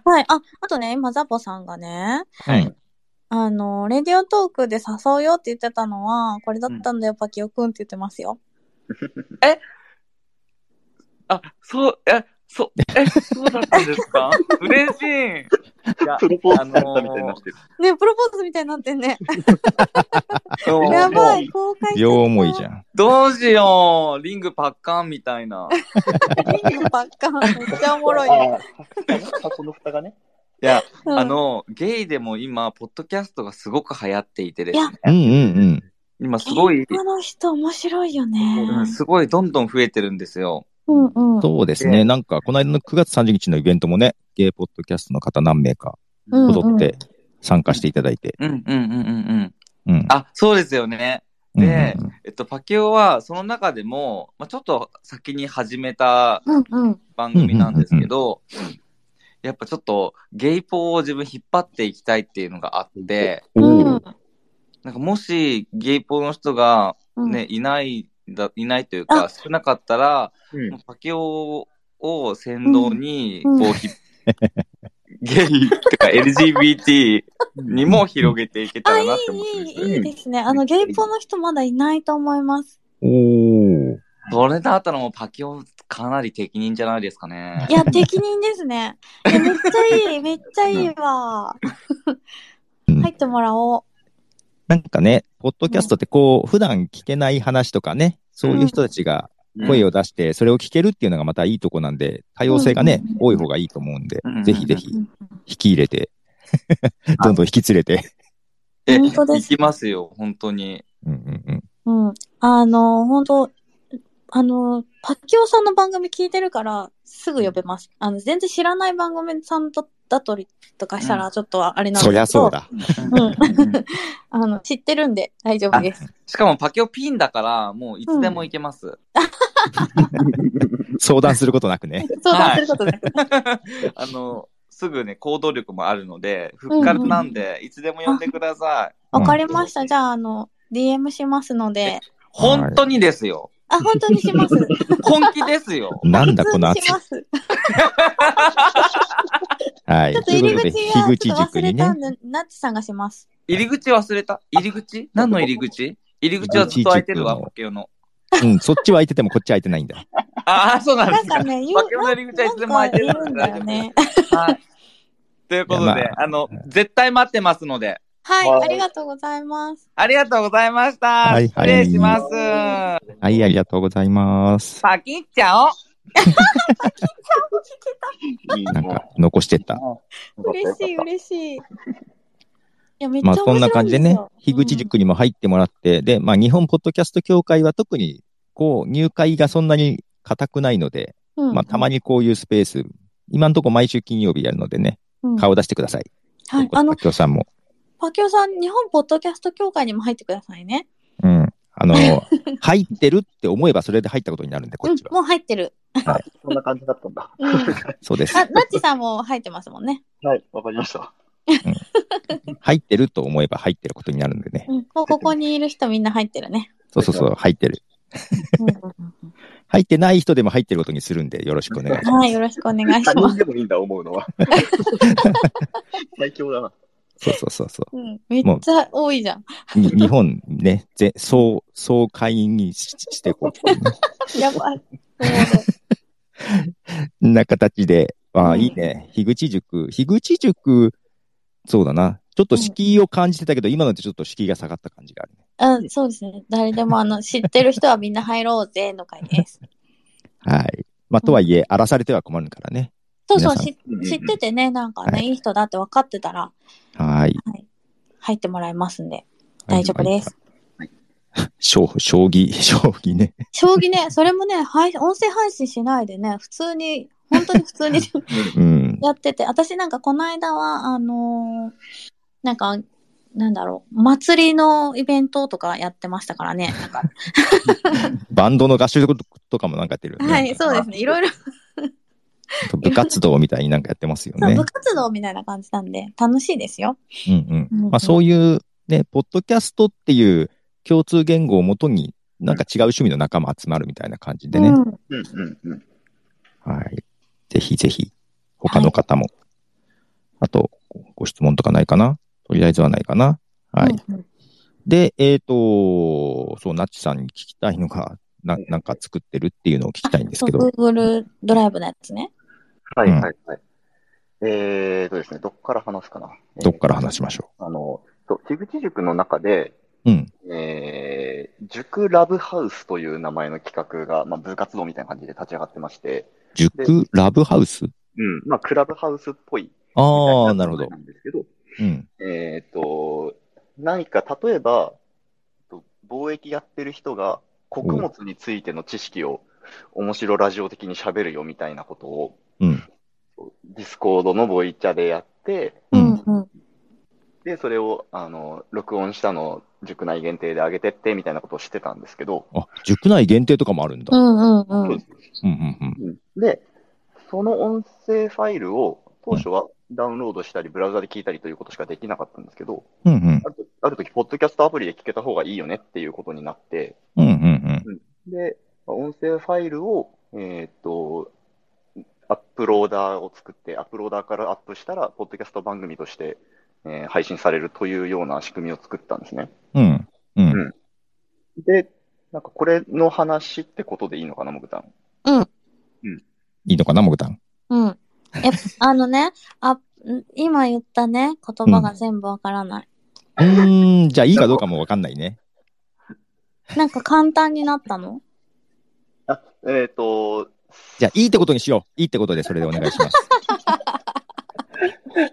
[SPEAKER 1] あとね、今、ザボさんがね、
[SPEAKER 2] はい。
[SPEAKER 1] あの、レディオトークで誘うよって言ってたのは、これだったんだよ、パキオくんって言ってますよ。
[SPEAKER 4] あ、そう、え、そう、え、そうだったんです か嬉しい。いや
[SPEAKER 3] プロポーズされたみたいになってる。
[SPEAKER 1] ねプロポーズみたいになってんね。
[SPEAKER 4] どう
[SPEAKER 1] やば
[SPEAKER 4] も
[SPEAKER 1] い、公開
[SPEAKER 2] 両思いじ
[SPEAKER 1] ゃ
[SPEAKER 2] ゃん。
[SPEAKER 4] どうしよう。リングパッカンみたいな。
[SPEAKER 1] ん。リングばっか。めっちゃおもろいよ。
[SPEAKER 3] ああ、箱の蓋がね。
[SPEAKER 4] いや、
[SPEAKER 1] うん
[SPEAKER 4] あ、の、ゲイでも今、ポッドキャストがすごく流行っていてで
[SPEAKER 1] い
[SPEAKER 4] す
[SPEAKER 1] や
[SPEAKER 4] ね。
[SPEAKER 2] うんうんうん。
[SPEAKER 4] 今、すごい、
[SPEAKER 1] あの人面白いよ
[SPEAKER 4] う
[SPEAKER 1] ね
[SPEAKER 4] ん。すごいどんどん増えてるんですよ。
[SPEAKER 1] うんうん。
[SPEAKER 2] そうですね。なんか、この間の9月30日のイベントもね、ゲイポッドキャストの方何名か
[SPEAKER 1] うんうん
[SPEAKER 2] 踊って参加していただいて。
[SPEAKER 4] うんうんうんうんうん。
[SPEAKER 2] うん。
[SPEAKER 4] あ、そうですよね。
[SPEAKER 2] うんうんうん、
[SPEAKER 4] でえっと、パキオは、その中でも、まあ、ちょっと先に始めた
[SPEAKER 1] うんうん。
[SPEAKER 4] 番組なんですけど、やっぱちょっと、ゲイポを自分引っ張っていきたいっていうのがあって、
[SPEAKER 1] うん
[SPEAKER 2] おー。
[SPEAKER 4] なんかもし、ゲイポの人が、
[SPEAKER 1] うん
[SPEAKER 4] ね、いないだ、いないというか、少なかったら、
[SPEAKER 3] うん
[SPEAKER 4] もうパキオを先導に、
[SPEAKER 1] うん
[SPEAKER 4] こう、ひ ゲイとか LGBT にも広げていけた
[SPEAKER 1] あ、
[SPEAKER 4] ら
[SPEAKER 1] い
[SPEAKER 4] なって思ってるん
[SPEAKER 1] い、い
[SPEAKER 4] ですよ
[SPEAKER 1] い、いいですね。あの、ゲイポの人まだいないと思います。
[SPEAKER 2] おー。
[SPEAKER 4] それだったらもうパキオかなり適任じゃないですかね
[SPEAKER 1] い。や、適任です ね。いやめっちゃいい、めっちゃいいわ。
[SPEAKER 2] う ん
[SPEAKER 1] 入ってもらおう。
[SPEAKER 2] なんかね、ポッドキャストってこう、普段聞けない話とかね、そういう人たちが声を出して、それを聞けるっていうのがまたいいとこなんで、多様性がね、多い方がいいと思うんで
[SPEAKER 4] うん、
[SPEAKER 2] ぜひぜひ
[SPEAKER 1] うん
[SPEAKER 2] 引き入れて、 どんどん引き連れて。
[SPEAKER 4] え
[SPEAKER 1] 本当です
[SPEAKER 4] 行きますよ、本 当に。
[SPEAKER 2] うんうんう
[SPEAKER 1] う
[SPEAKER 2] ん。
[SPEAKER 1] ん。あの、本当あの、パッキオさんの番組聞いてるから、すぐ呼べます。あの、全然知らない番組さんとだとりとかした
[SPEAKER 4] う
[SPEAKER 1] ら、ちょっとあれなんですけ
[SPEAKER 2] そり
[SPEAKER 1] ど、
[SPEAKER 2] ゃそうだ。
[SPEAKER 1] あの、知ってるんで大丈夫です。
[SPEAKER 4] しかもパキオピンだから、もういつでも行けます。
[SPEAKER 2] 相談することなくね。
[SPEAKER 1] そう
[SPEAKER 4] は
[SPEAKER 1] だ、
[SPEAKER 4] い
[SPEAKER 1] することです。
[SPEAKER 4] あの、すぐね、行動力もあるので、復活なんで、いつでも呼んでください。
[SPEAKER 1] わかりました。
[SPEAKER 4] うん
[SPEAKER 1] じゃあ、あの、DM しますので。
[SPEAKER 4] 本当にですよ。
[SPEAKER 1] あ、本当にし ます。
[SPEAKER 4] 本気ですよ。
[SPEAKER 2] なんだこの
[SPEAKER 1] 普通に
[SPEAKER 2] 暑
[SPEAKER 1] し
[SPEAKER 2] い。
[SPEAKER 1] ます。
[SPEAKER 2] はい。
[SPEAKER 1] ちょっと
[SPEAKER 2] という
[SPEAKER 1] 入
[SPEAKER 2] こと
[SPEAKER 1] り
[SPEAKER 2] で、
[SPEAKER 1] 口は
[SPEAKER 2] 樋
[SPEAKER 1] ち
[SPEAKER 2] 口
[SPEAKER 1] ょっと忘
[SPEAKER 2] 塾に
[SPEAKER 1] れ
[SPEAKER 2] ね
[SPEAKER 1] た。んで、ナッチさんがします。
[SPEAKER 4] 入り口忘れた入り口何の入り口入り口はずっと開いてるわ、
[SPEAKER 2] 入り
[SPEAKER 4] パケオの。
[SPEAKER 2] うん、そっちは空いててもこっちは空いてないんだ。
[SPEAKER 4] ああ、そうなんで
[SPEAKER 1] な
[SPEAKER 4] す
[SPEAKER 1] ん
[SPEAKER 4] か
[SPEAKER 1] か。ね、言
[SPEAKER 4] パケオの入り口はいつでも開いてる
[SPEAKER 1] なんか
[SPEAKER 4] の
[SPEAKER 1] 言う
[SPEAKER 4] で
[SPEAKER 1] んだよ
[SPEAKER 4] 大丈夫で
[SPEAKER 1] ね。
[SPEAKER 4] す。はい。というこ
[SPEAKER 2] い
[SPEAKER 4] とで
[SPEAKER 2] や、ま
[SPEAKER 4] あの、絶対待ってますので、
[SPEAKER 1] は、
[SPEAKER 3] はいい
[SPEAKER 1] ありがとうございます。
[SPEAKER 4] ありがとうございまし
[SPEAKER 2] は
[SPEAKER 4] た。
[SPEAKER 2] い
[SPEAKER 4] 失
[SPEAKER 2] はい
[SPEAKER 4] 礼します。
[SPEAKER 2] はい、ありがとうございます。
[SPEAKER 4] パキッちゃお
[SPEAKER 3] いい
[SPEAKER 2] な
[SPEAKER 3] ね
[SPEAKER 2] んか、残してった。
[SPEAKER 1] 嬉しい、嬉しい。いや、めっち
[SPEAKER 2] まあ、
[SPEAKER 1] ゃ面白いですよ。
[SPEAKER 2] そんな感じでね、樋口塾にも入ってもらって、で、まあ、日本ポッドキャスト協会は特に、こう、入会がそんなに固くないので、
[SPEAKER 1] うん、
[SPEAKER 2] まあ、たま
[SPEAKER 1] に
[SPEAKER 2] にこういうスペース、今んとこ毎週金曜日やるのでね、顔出してください。
[SPEAKER 1] はい、あの、
[SPEAKER 2] 今日さんも。
[SPEAKER 1] パキオさん、日本ポッドキャスト協会にも入ってくださいね。
[SPEAKER 2] うん。あの、入ってるって思えばそれで入ったことになるんで、こっち
[SPEAKER 1] うん、も
[SPEAKER 2] は。
[SPEAKER 1] う入ってる。
[SPEAKER 3] そんな感じだったんだ。
[SPEAKER 1] うん。あ、
[SPEAKER 2] そうです。
[SPEAKER 1] ナッチさんも入ってますもんね。
[SPEAKER 3] はい、わかりました。
[SPEAKER 2] 入ってると思えば入ってることになるんでね。
[SPEAKER 1] うんもうここにいる人みんな入ってるね。
[SPEAKER 2] そうそうそう、入ってる。
[SPEAKER 1] うんうんうん
[SPEAKER 2] 入ってない人でも入ってることにするんで、よろしくお願いしま
[SPEAKER 1] はい、よろしくお願い
[SPEAKER 3] 他
[SPEAKER 1] しま
[SPEAKER 3] 人
[SPEAKER 1] す。
[SPEAKER 3] でもいいんだ、思うの は。最強だな。
[SPEAKER 2] す。そうそうそうそ
[SPEAKER 1] うん、めっちゃ多いじゃん。
[SPEAKER 2] う。に 日本ね、ぜ総、総会員にししていこうっていうね、
[SPEAKER 1] やばい。
[SPEAKER 2] な形 で、あ
[SPEAKER 1] う
[SPEAKER 2] あ、
[SPEAKER 1] ん
[SPEAKER 2] いいね。樋口塾。樋口塾、そうだな。ちょっと敷居を感じてたけど、今のってちょっと敷居が下がった感じがあるね。
[SPEAKER 1] うん、そうですね。誰でもあの知ってる人はみんな入ろうぜの会です。
[SPEAKER 2] はい。まあ、とはいえ、荒らされては困るからね。
[SPEAKER 1] そうそう、
[SPEAKER 2] 皆さん
[SPEAKER 1] し知っててね、なんかね、、
[SPEAKER 2] はい
[SPEAKER 1] い人だって分かってたら
[SPEAKER 2] はい。
[SPEAKER 1] 入ってもらえますんで、大丈夫です。
[SPEAKER 2] 将将棋、将棋ね。
[SPEAKER 1] 将棋ね、そ れもね、配音声配信しないでね、普通に、本当に普通 に
[SPEAKER 2] うん。
[SPEAKER 1] やってて、私なんかこの間は、あのーなんか、なんだろう、祭りのイベントとかやってましたからね。 なんか
[SPEAKER 2] バンドの合唱とかもなんかやってるよね。
[SPEAKER 1] はい、そうですね。いろいろ、
[SPEAKER 2] 部活動みたいになんかやってますよ
[SPEAKER 1] そう
[SPEAKER 2] ね
[SPEAKER 1] 部。活動みたいな感じなんで、楽しいですよ。
[SPEAKER 2] うん
[SPEAKER 1] うん
[SPEAKER 2] う
[SPEAKER 1] うん
[SPEAKER 2] ん。まあそういうね、ポッドキャストっていう共通言語をもとに、なんか違う趣味の仲間集まるみたいな感じでね。
[SPEAKER 1] うん
[SPEAKER 3] うんうんうん。
[SPEAKER 2] はい。ぜひぜひ、他の方も。あと、ごご質問とかないかなとりあえずはないかなはい。
[SPEAKER 1] うんうん
[SPEAKER 2] で、えっ、と、そう、ナッチさんに聞きたいのが、ななんか作ってるっていうのを聞きたいんです
[SPEAKER 1] そう、
[SPEAKER 2] けど。
[SPEAKER 1] Google ドライブのやつね。
[SPEAKER 3] はい
[SPEAKER 2] うん
[SPEAKER 3] はいはい。えーとですね、どっから話すかな。
[SPEAKER 2] どっから話しましょ
[SPEAKER 3] あの、そう、樋口塾の中で、
[SPEAKER 2] う。うん。
[SPEAKER 3] えー、塾ラブハウスという名前の企画が、まあ、部活動みたいな感じで立ち上がってまして、
[SPEAKER 2] 塾ラブハウス
[SPEAKER 3] うん、まあ、クラブハウスっぽい。
[SPEAKER 2] ああ、なるほど。
[SPEAKER 3] なんですけど、
[SPEAKER 2] うん。
[SPEAKER 3] えっ、と、何か、例えば、えっと貿易やってる人が穀物についての知識を面白ラジオ的に喋るよみたいなことを、
[SPEAKER 2] うん。
[SPEAKER 3] ディスコードのボイチャでやって、
[SPEAKER 2] うん。
[SPEAKER 1] うん。
[SPEAKER 3] で、それを、あの、録音したのを塾内限定で上げてって、みたいなことをしてたんですけど、
[SPEAKER 2] あ、塾内限定とかもあるん
[SPEAKER 1] う
[SPEAKER 2] だ。
[SPEAKER 1] んうんうん。
[SPEAKER 2] うんうんうん。
[SPEAKER 3] で、その音声ファイルを当初はダウンロードしたり、ブラウザで聞いたりということしかできなかったんですけど、
[SPEAKER 2] うんうん。
[SPEAKER 3] ある時ある時、ポッドキャストアプリで聞けた方がいいよねっていうことになって、
[SPEAKER 2] うんうんうん。
[SPEAKER 3] で、音声ファイルを、えーっと、アップローダーを作って、アップローダーからアップしたら、ポッドキャスト番組として、えー配信されるというような仕組みを作ったんですね。
[SPEAKER 2] うん。うん。
[SPEAKER 3] で、なんかこれの話ってことでいいのかな、もぐたん。
[SPEAKER 2] いいのかな、モグタン。
[SPEAKER 1] うん。え、あのね、あ、ん今言ったね、言葉が全部わからない。
[SPEAKER 2] うーん、じゃあいいかどうかもわかんないね。
[SPEAKER 1] なんか簡単になったの
[SPEAKER 3] えーっと、
[SPEAKER 2] じゃあいいってことにしよう。いいってことでそれでお願いし ます。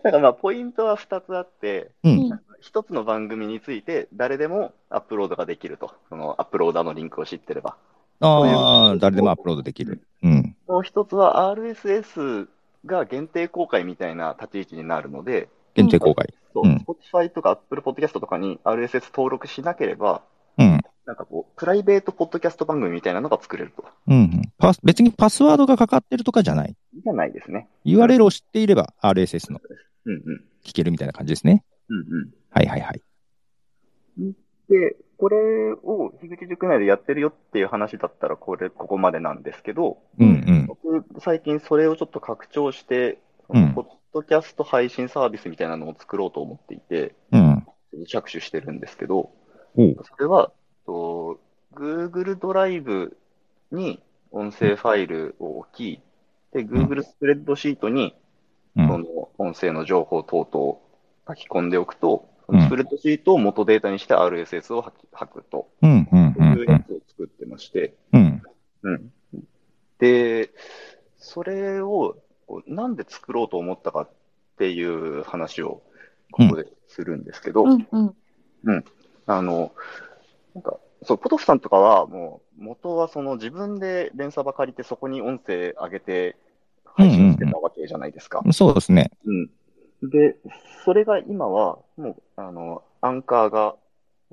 [SPEAKER 3] だからまあ、ポイントは2つあって、
[SPEAKER 2] うん。
[SPEAKER 3] 一つの番組について誰でもアップロードができると。そのアップローダーのリンクを知ってれば。
[SPEAKER 2] ああ、誰でもアップロードできる。うん。
[SPEAKER 3] もう一つは RSS が限定公開みたいな立ち位置になるので、
[SPEAKER 2] 限定公開。
[SPEAKER 3] そうう、
[SPEAKER 2] ん
[SPEAKER 3] Spotify とか Apple Podcast とかに RSS 登録しなければ、
[SPEAKER 2] うん。
[SPEAKER 3] なんかこう、プライベートポッドキャスト番組みたいなのが作れると。
[SPEAKER 2] うんうん。パス別にパスワードがかかってるとかじゃない。
[SPEAKER 3] じゃないですね。
[SPEAKER 2] URL を知っていれば RSS の
[SPEAKER 3] うんうん。
[SPEAKER 2] 聞けるみたいな感じですね。
[SPEAKER 3] うんうん。
[SPEAKER 2] はいはいはい。
[SPEAKER 3] で、これを樋口塾内でやってるよっていう話だったら、これ、ここまでなんですけど、
[SPEAKER 2] うん
[SPEAKER 3] 僕、最近それをちょっと拡張して、
[SPEAKER 2] うん
[SPEAKER 3] ポッドキャスト配信サービスみたいなのを作ろうと思っていて、
[SPEAKER 2] うん。うん。
[SPEAKER 3] 着手してるんですけど、
[SPEAKER 2] おう。
[SPEAKER 3] それは、と Google ドライブに音声ファイルを置き、で、Google スプレッドシートに、
[SPEAKER 2] う
[SPEAKER 3] そ
[SPEAKER 2] ん。
[SPEAKER 3] の音声の情報等々を書き込んでおくと、そ
[SPEAKER 2] うん
[SPEAKER 3] のスプレッドシートを元データにして RSS を吐き吐くと
[SPEAKER 2] うんうんう
[SPEAKER 3] い
[SPEAKER 2] ん
[SPEAKER 3] う
[SPEAKER 2] う
[SPEAKER 3] や
[SPEAKER 2] ん。
[SPEAKER 3] つを作ってまして、
[SPEAKER 2] うん。
[SPEAKER 3] うんで、それをこうなんで作ろうと思ったかっていう話をここでするんですけど、
[SPEAKER 1] うんうん。
[SPEAKER 3] あの、なんか、そう、ポトフさんとかはもう元はその自分で連鎖ば借りてそこに音声上げて配信してたわけじゃないですか。
[SPEAKER 2] そうですね。
[SPEAKER 3] うんで、それが今はもう、あの、アンカーが、
[SPEAKER 2] う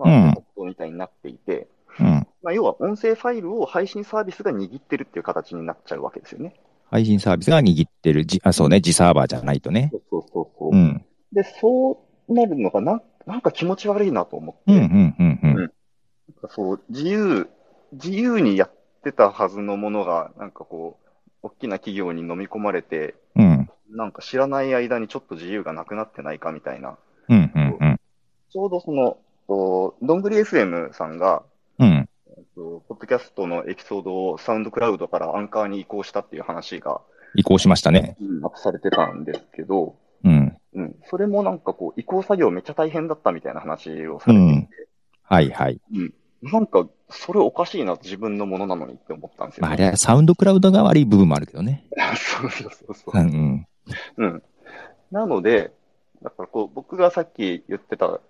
[SPEAKER 3] ま
[SPEAKER 2] ん
[SPEAKER 3] あ、ソフトみたいになっていて、
[SPEAKER 2] うん。
[SPEAKER 3] まあ、要は音声ファイルを配信サービスが握ってるっていう形になっちゃうわけですよね。
[SPEAKER 2] 配信サービスが握ってるじ、あ、そうね、自サーバーじゃないとね。
[SPEAKER 3] そうそうそうそう
[SPEAKER 2] うん。
[SPEAKER 3] で、そうなるのがな、なんか気持ち悪いなと思っ
[SPEAKER 2] う
[SPEAKER 3] て、
[SPEAKER 2] ん、うん、うん、うん。
[SPEAKER 3] なんかそう、自由、自由にやってたはずのものが、なんかこう、大きな企業に飲み込まれて、
[SPEAKER 2] うん、
[SPEAKER 3] なんか知らない間にちょっと自由がなくなってないかみたいな。
[SPEAKER 2] うん、うん、
[SPEAKER 3] ちょうどその、とどんぐり FM さんが、
[SPEAKER 2] うん。
[SPEAKER 3] えっとポッドキャストのエピソードをサウンドクラウドからアンカーに移行したっていう話が
[SPEAKER 2] 移行しましたね。
[SPEAKER 3] アップされてたんですけど、
[SPEAKER 2] うん。
[SPEAKER 3] うん、それもなんかこう、移行作業めっちゃ大変だったみたいな話をされていて、
[SPEAKER 2] はい、はい。
[SPEAKER 3] なんか、それおかしいな、自分のものなのにって思ったんですよ、
[SPEAKER 2] まあ、あれはサウンドクラウドが悪い部分もあるけどね。
[SPEAKER 3] そうそうそうそう
[SPEAKER 2] う。ん、
[SPEAKER 3] うん。なので、だからこう、僕がさっき言ってた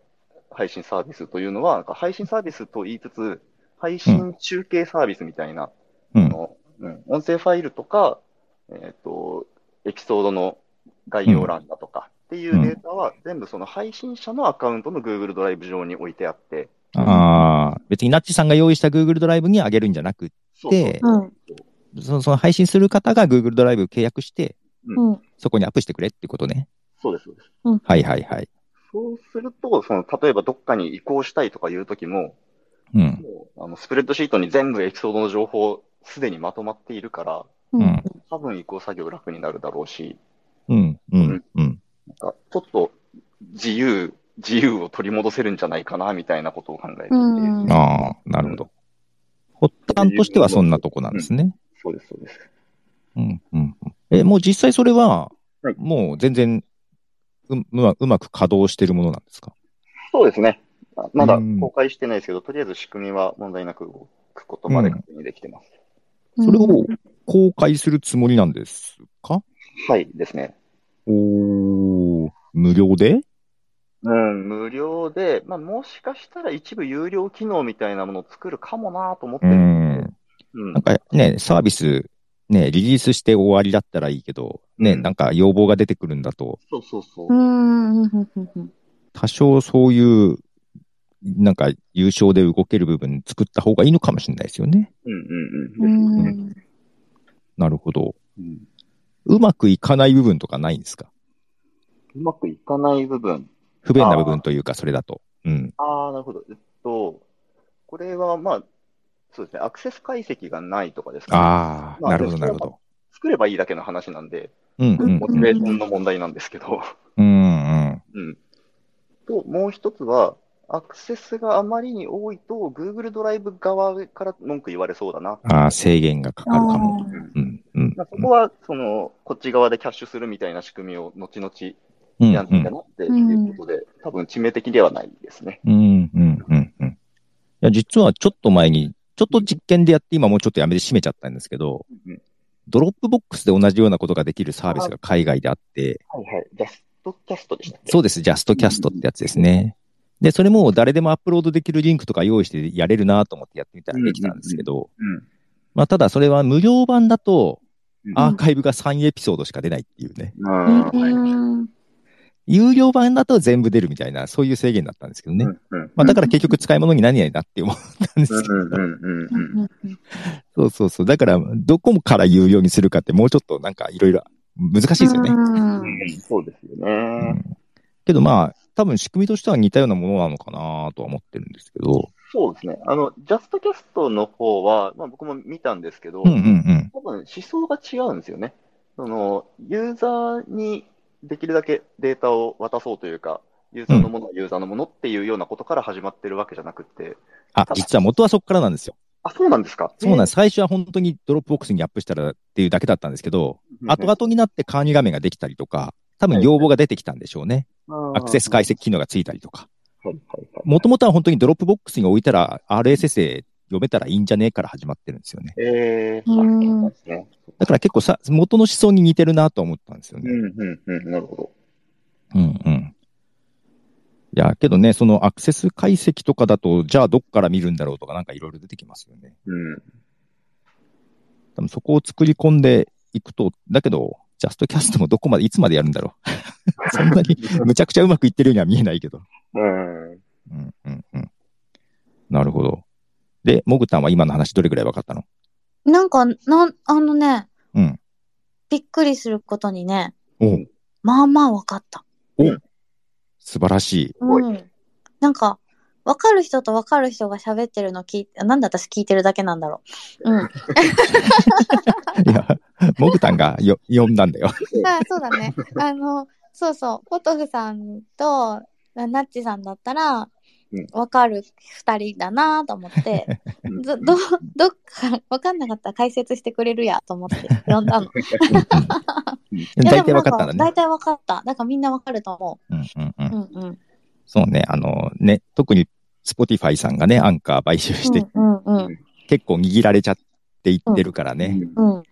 [SPEAKER 3] 配信サービスというのは、なんか配信サービスと言いつつ、配信中継サービスみたいな、
[SPEAKER 2] うん
[SPEAKER 3] あのうん音声ファイルとか、えっ、と、エピソードの概要欄だとかっていうデータは、全部その配信者のアカウントの Google ドライブ上に置いてあって、
[SPEAKER 2] うん。ああ、別にナッチさんが用意した Google ドライブに上げるんじゃなく、
[SPEAKER 3] そうそう
[SPEAKER 2] で
[SPEAKER 3] そう
[SPEAKER 2] そのその配信する方が Google ドライブ契約して、
[SPEAKER 1] うん、うん、
[SPEAKER 2] そこにアップしてくれってことね。
[SPEAKER 3] そうです、そうです。
[SPEAKER 2] はい、はい、はい。
[SPEAKER 3] そうすると、その、例えばどっかに移行したいとかいうときも、
[SPEAKER 2] うん、
[SPEAKER 3] もうあのスプレッドシートに全部エピソードの情報、すでにまとまっているから、
[SPEAKER 1] うん、うん、
[SPEAKER 3] 多分移行作業楽になるだろうし、
[SPEAKER 2] うん、うん、うん。
[SPEAKER 3] なんかちょっと自由、自由を取り戻せるんじゃないかな、みたいなことを考えていて、
[SPEAKER 1] うん
[SPEAKER 2] ああ、なるほど。発端としてはそんなとこなんですね。
[SPEAKER 3] そうです、そうです。
[SPEAKER 2] うん、うん。え、もう実際それは
[SPEAKER 3] はい、
[SPEAKER 2] もう全然う、うまうまく稼働してるものなんですか
[SPEAKER 3] そうですね。あまだ
[SPEAKER 2] うん
[SPEAKER 3] 公開してないですけど、とりあえず仕組みは問題なく動くことまで確認できてます。
[SPEAKER 2] それを公開するつもりなんですか
[SPEAKER 3] はいですね。
[SPEAKER 2] おー、無料で
[SPEAKER 3] うん、無料で、まあ、もしかしたら一部有料機能みたいなものを作るかもなと思ってるんですけどうん
[SPEAKER 2] なんかね、サービス、ね、リリースして終わりだったらいいけど、ね、
[SPEAKER 3] うん
[SPEAKER 2] なんか要望が出てくるんだと、
[SPEAKER 3] そうそうそ
[SPEAKER 1] う。
[SPEAKER 3] う
[SPEAKER 1] ん、うん、うん、うん、
[SPEAKER 2] 多少そういう、なんか優勝で動ける部分作った方がいいのかもしれないですよね。
[SPEAKER 3] うんうん
[SPEAKER 1] う
[SPEAKER 3] うん。
[SPEAKER 1] ん
[SPEAKER 3] ですね。
[SPEAKER 2] なるほど。
[SPEAKER 3] うん
[SPEAKER 2] うまくいかない部分とかないんですか
[SPEAKER 3] うまくいかない部分。
[SPEAKER 2] 不便な部分というか、それだと。うん。
[SPEAKER 3] ああ、なるほど。えっと、これはまあ、そうですね、アクセス解析がないとかですかね。
[SPEAKER 2] ああ、
[SPEAKER 3] まあ
[SPEAKER 2] なるほど、
[SPEAKER 3] で
[SPEAKER 2] なるほど。
[SPEAKER 3] 作ればいいだけの話なんで、
[SPEAKER 2] うん、うん
[SPEAKER 3] モチベーションの問題なんですけど。
[SPEAKER 2] うん、うん。
[SPEAKER 3] うん。と、もう一つは、アクセスがあまりに多いと、Google ドライブ側から文句言われそうだな。
[SPEAKER 2] ああ、制限がかかるかも。
[SPEAKER 1] あー
[SPEAKER 3] うん
[SPEAKER 2] うん、うん。
[SPEAKER 3] まあ、そこは、その、こっち側でキャッシュするみたいな仕組みを後々
[SPEAKER 2] うん、
[SPEAKER 3] やんなきゃなっていうことで、多分致命的ではないですね。
[SPEAKER 2] うん、うん、うん、うん。いや、実はちょっと前に、ちょっと実験でやって、今もうちょっとやめて閉めちゃったんですけど、
[SPEAKER 3] うん
[SPEAKER 2] ドロップボックスで同じようなことができるサービスが海外であって、
[SPEAKER 3] はいはい。ジャストキャストでしたっけ
[SPEAKER 2] そうです、ジャストキャストってやつですね。で、それも誰でもアップロードできるリンクとか用意してやれるなと思ってやってみたらできたんですけど、
[SPEAKER 3] うん。
[SPEAKER 2] まあ、ただそれは無料版だと、
[SPEAKER 3] うん
[SPEAKER 2] アーカイブが3エピソードしか出ないっていうね。
[SPEAKER 3] うん
[SPEAKER 1] う
[SPEAKER 3] うん
[SPEAKER 1] ん、
[SPEAKER 2] 有料版だと全部出るみたいな、そういう制限だったんですけどね。
[SPEAKER 3] うん
[SPEAKER 2] まあ、だから結局使い物に何々だって思ったんですけど。
[SPEAKER 3] うんうんうんうん
[SPEAKER 2] そうそうそう。だから、どこから有料にするかってもうちょっとなんかいろいろ難しいですよね。
[SPEAKER 1] ね。
[SPEAKER 3] そうですよ
[SPEAKER 2] う
[SPEAKER 3] ね。
[SPEAKER 2] んけどまあ、多分仕組みとしては似たようなものなのかなとは思ってるんですけど。
[SPEAKER 3] そうですね。あの、ジャストキャストの方は、まあ僕も見たんですけど、
[SPEAKER 2] うんうんうん。
[SPEAKER 3] 多分思想が違うんですよね。その、ユーザーにできるだけデータを渡そうというか、ユーザーのものはユーザーのものっていうようなことから始まってるわけじゃなくて、
[SPEAKER 2] あ、実は元はそこからなんですよ。
[SPEAKER 3] あ、そうなんですか。
[SPEAKER 2] そうなんですす。最初は本当にドロップボックスにアップしたらっていうだけだったんですけど、
[SPEAKER 3] うん
[SPEAKER 2] 後々になって管理画面ができたりとか、多分要望が出てきたんでしょうね。アクセス解。析機能がついたりとか。
[SPEAKER 3] はいはいはい。
[SPEAKER 2] もともとは本当にドロップボックスに置いたら RSS で読めたらいいんじゃねえから始まってるんですよね。
[SPEAKER 3] えー、
[SPEAKER 1] うん
[SPEAKER 3] あそうなんですね。
[SPEAKER 2] だから結構さ、元の思想に似てるなとは思ったんですよ
[SPEAKER 3] う
[SPEAKER 2] ね。
[SPEAKER 3] んうんうん、なるほど。
[SPEAKER 2] うんうん。いや、けどね、そのアクセス解析とかだと、じゃあどっから見るんだろうとかなんかいろいろ出てきますよね。
[SPEAKER 3] うん。
[SPEAKER 2] 多分そこを作り込んでいくと、だけど、ジャストキャストもどこまで、いつまでやるんだろう。そんなに、むちゃくちゃうま くいってるようには見えないけど。
[SPEAKER 3] うん。
[SPEAKER 2] うんうんうん。なるほど。で、モグタンは今の話どれぐらい分かったの
[SPEAKER 1] なんか、なん、あのね、
[SPEAKER 2] うん
[SPEAKER 1] びっくりすることにね、
[SPEAKER 2] おう
[SPEAKER 1] まあまあ分かった。
[SPEAKER 2] お素晴らしい。
[SPEAKER 3] ごい
[SPEAKER 1] うん、なんか、わかる人とわかる人が喋ってるの聞いて、なんで私聞いてるだけなんだろう。うん。
[SPEAKER 2] いや、モグタンがよ読んだんだよ。
[SPEAKER 1] あそうだね。あの、そうそう、ポトフさんとナッチさんだったら
[SPEAKER 3] うん、
[SPEAKER 1] わかる二人だなと思 って、ずど、どっか、わかんなかったら解説してくれるやと思って呼んだの。いや
[SPEAKER 2] 大体わかったん
[SPEAKER 1] でもな
[SPEAKER 2] だ
[SPEAKER 1] んか大
[SPEAKER 2] ね。
[SPEAKER 1] 体わかった。だからみんなわかると思
[SPEAKER 2] うんうんう
[SPEAKER 1] う。う
[SPEAKER 2] ん。
[SPEAKER 1] んうん。
[SPEAKER 2] そうね、あのね、特に Spotify さんがね、アンカー買収して、
[SPEAKER 1] うんうん
[SPEAKER 2] 結構握られちゃっていってるからね。
[SPEAKER 1] うん。うん。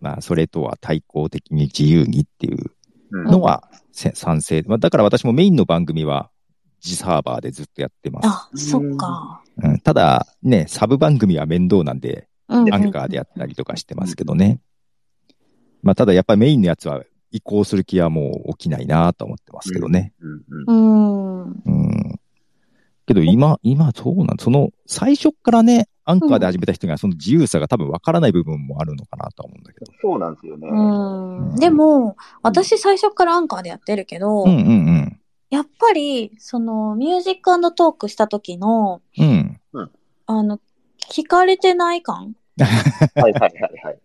[SPEAKER 2] まあ、それとは対抗的に自由にっていう
[SPEAKER 3] うん
[SPEAKER 2] のはせ賛成。まあ、だから私もメインの番組は自サーバーでずっとやってます。
[SPEAKER 1] あ、そっか。
[SPEAKER 2] うん、ただ、ね、サブ番組は面倒なんで、
[SPEAKER 1] うんうん。
[SPEAKER 2] アンカーでやったりとかしてますけどね。まあ、ただやっぱりメインのやつは移行する気はもう起きないなと思ってますけどね。
[SPEAKER 3] うんうん
[SPEAKER 1] うん。
[SPEAKER 2] うん。けど今、今そうなん、その最初からね、アンカーで始めた人がその自由さが多分わからない部分もあるのかなとは思うんだけど。
[SPEAKER 3] そうなんですよね。
[SPEAKER 1] うん。でも、私最初からアンカーでやってるけど、
[SPEAKER 2] うんうんうん。
[SPEAKER 1] やっぱり、その、ミュージックトークした時の、
[SPEAKER 2] うん。
[SPEAKER 1] あの、聞かれてない感
[SPEAKER 3] はいはいはいはい。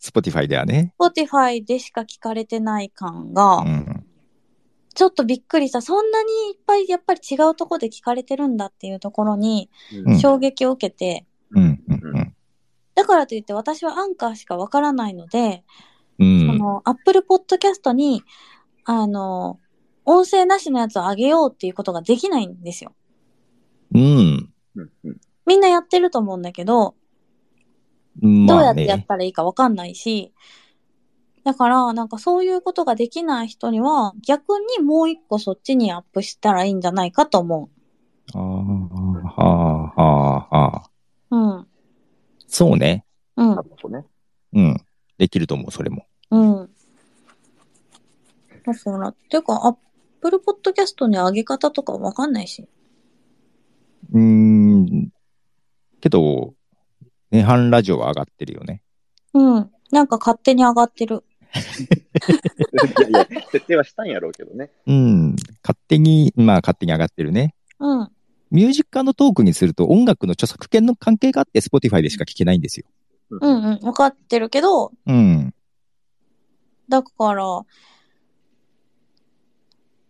[SPEAKER 2] Spotify ではね。
[SPEAKER 1] ?Spotify でしか聞かれてない感
[SPEAKER 2] う
[SPEAKER 1] が、
[SPEAKER 2] ん。
[SPEAKER 1] ちょっとびっくりした。そんなにいっぱいやっぱり違うとこで聞かれてるんだっていうところに
[SPEAKER 3] う
[SPEAKER 2] うん
[SPEAKER 1] 衝撃を受けて、
[SPEAKER 2] うんうんうん。
[SPEAKER 1] だからといって私はアンカーしかわからないので、
[SPEAKER 2] う
[SPEAKER 1] そ
[SPEAKER 2] ん。
[SPEAKER 1] の、Apple Podcast に、あの、音声なしのやつを上げようっていうことができないんですよ。
[SPEAKER 2] うん。
[SPEAKER 3] うんうん
[SPEAKER 1] みんなやってると思うんだけど、
[SPEAKER 2] うん
[SPEAKER 1] どう
[SPEAKER 2] ま
[SPEAKER 1] や
[SPEAKER 2] あ
[SPEAKER 1] ってやっ
[SPEAKER 2] ね。
[SPEAKER 1] たらいいかわかんないし、だから、なんかそういうことができない人には、逆にもう一個そっちにアップしたらいいんじゃないかと思
[SPEAKER 2] ああ、ああ、ああ。
[SPEAKER 1] う。うん。
[SPEAKER 2] そうね。
[SPEAKER 1] うん
[SPEAKER 3] な。るほどね。
[SPEAKER 2] うん。できると思う、それも。
[SPEAKER 1] うん。だから、ていうか、アップルポッドキャストに上げ方とかわかんないし。
[SPEAKER 2] うーん。けど、涅槃ラジオは上がってるよね。
[SPEAKER 1] うん。なんか勝手に上がってる。
[SPEAKER 3] いやいや、設定はしたんやろうけどね。
[SPEAKER 2] うん。勝手に、まあ勝手に上がってるね。
[SPEAKER 1] うん。
[SPEAKER 2] ミュージックトークにすると音楽の著作権の関係があって Spotify でしか聞けないんですよ。
[SPEAKER 1] うんうん。わかってるけど、
[SPEAKER 2] うん。
[SPEAKER 1] だから、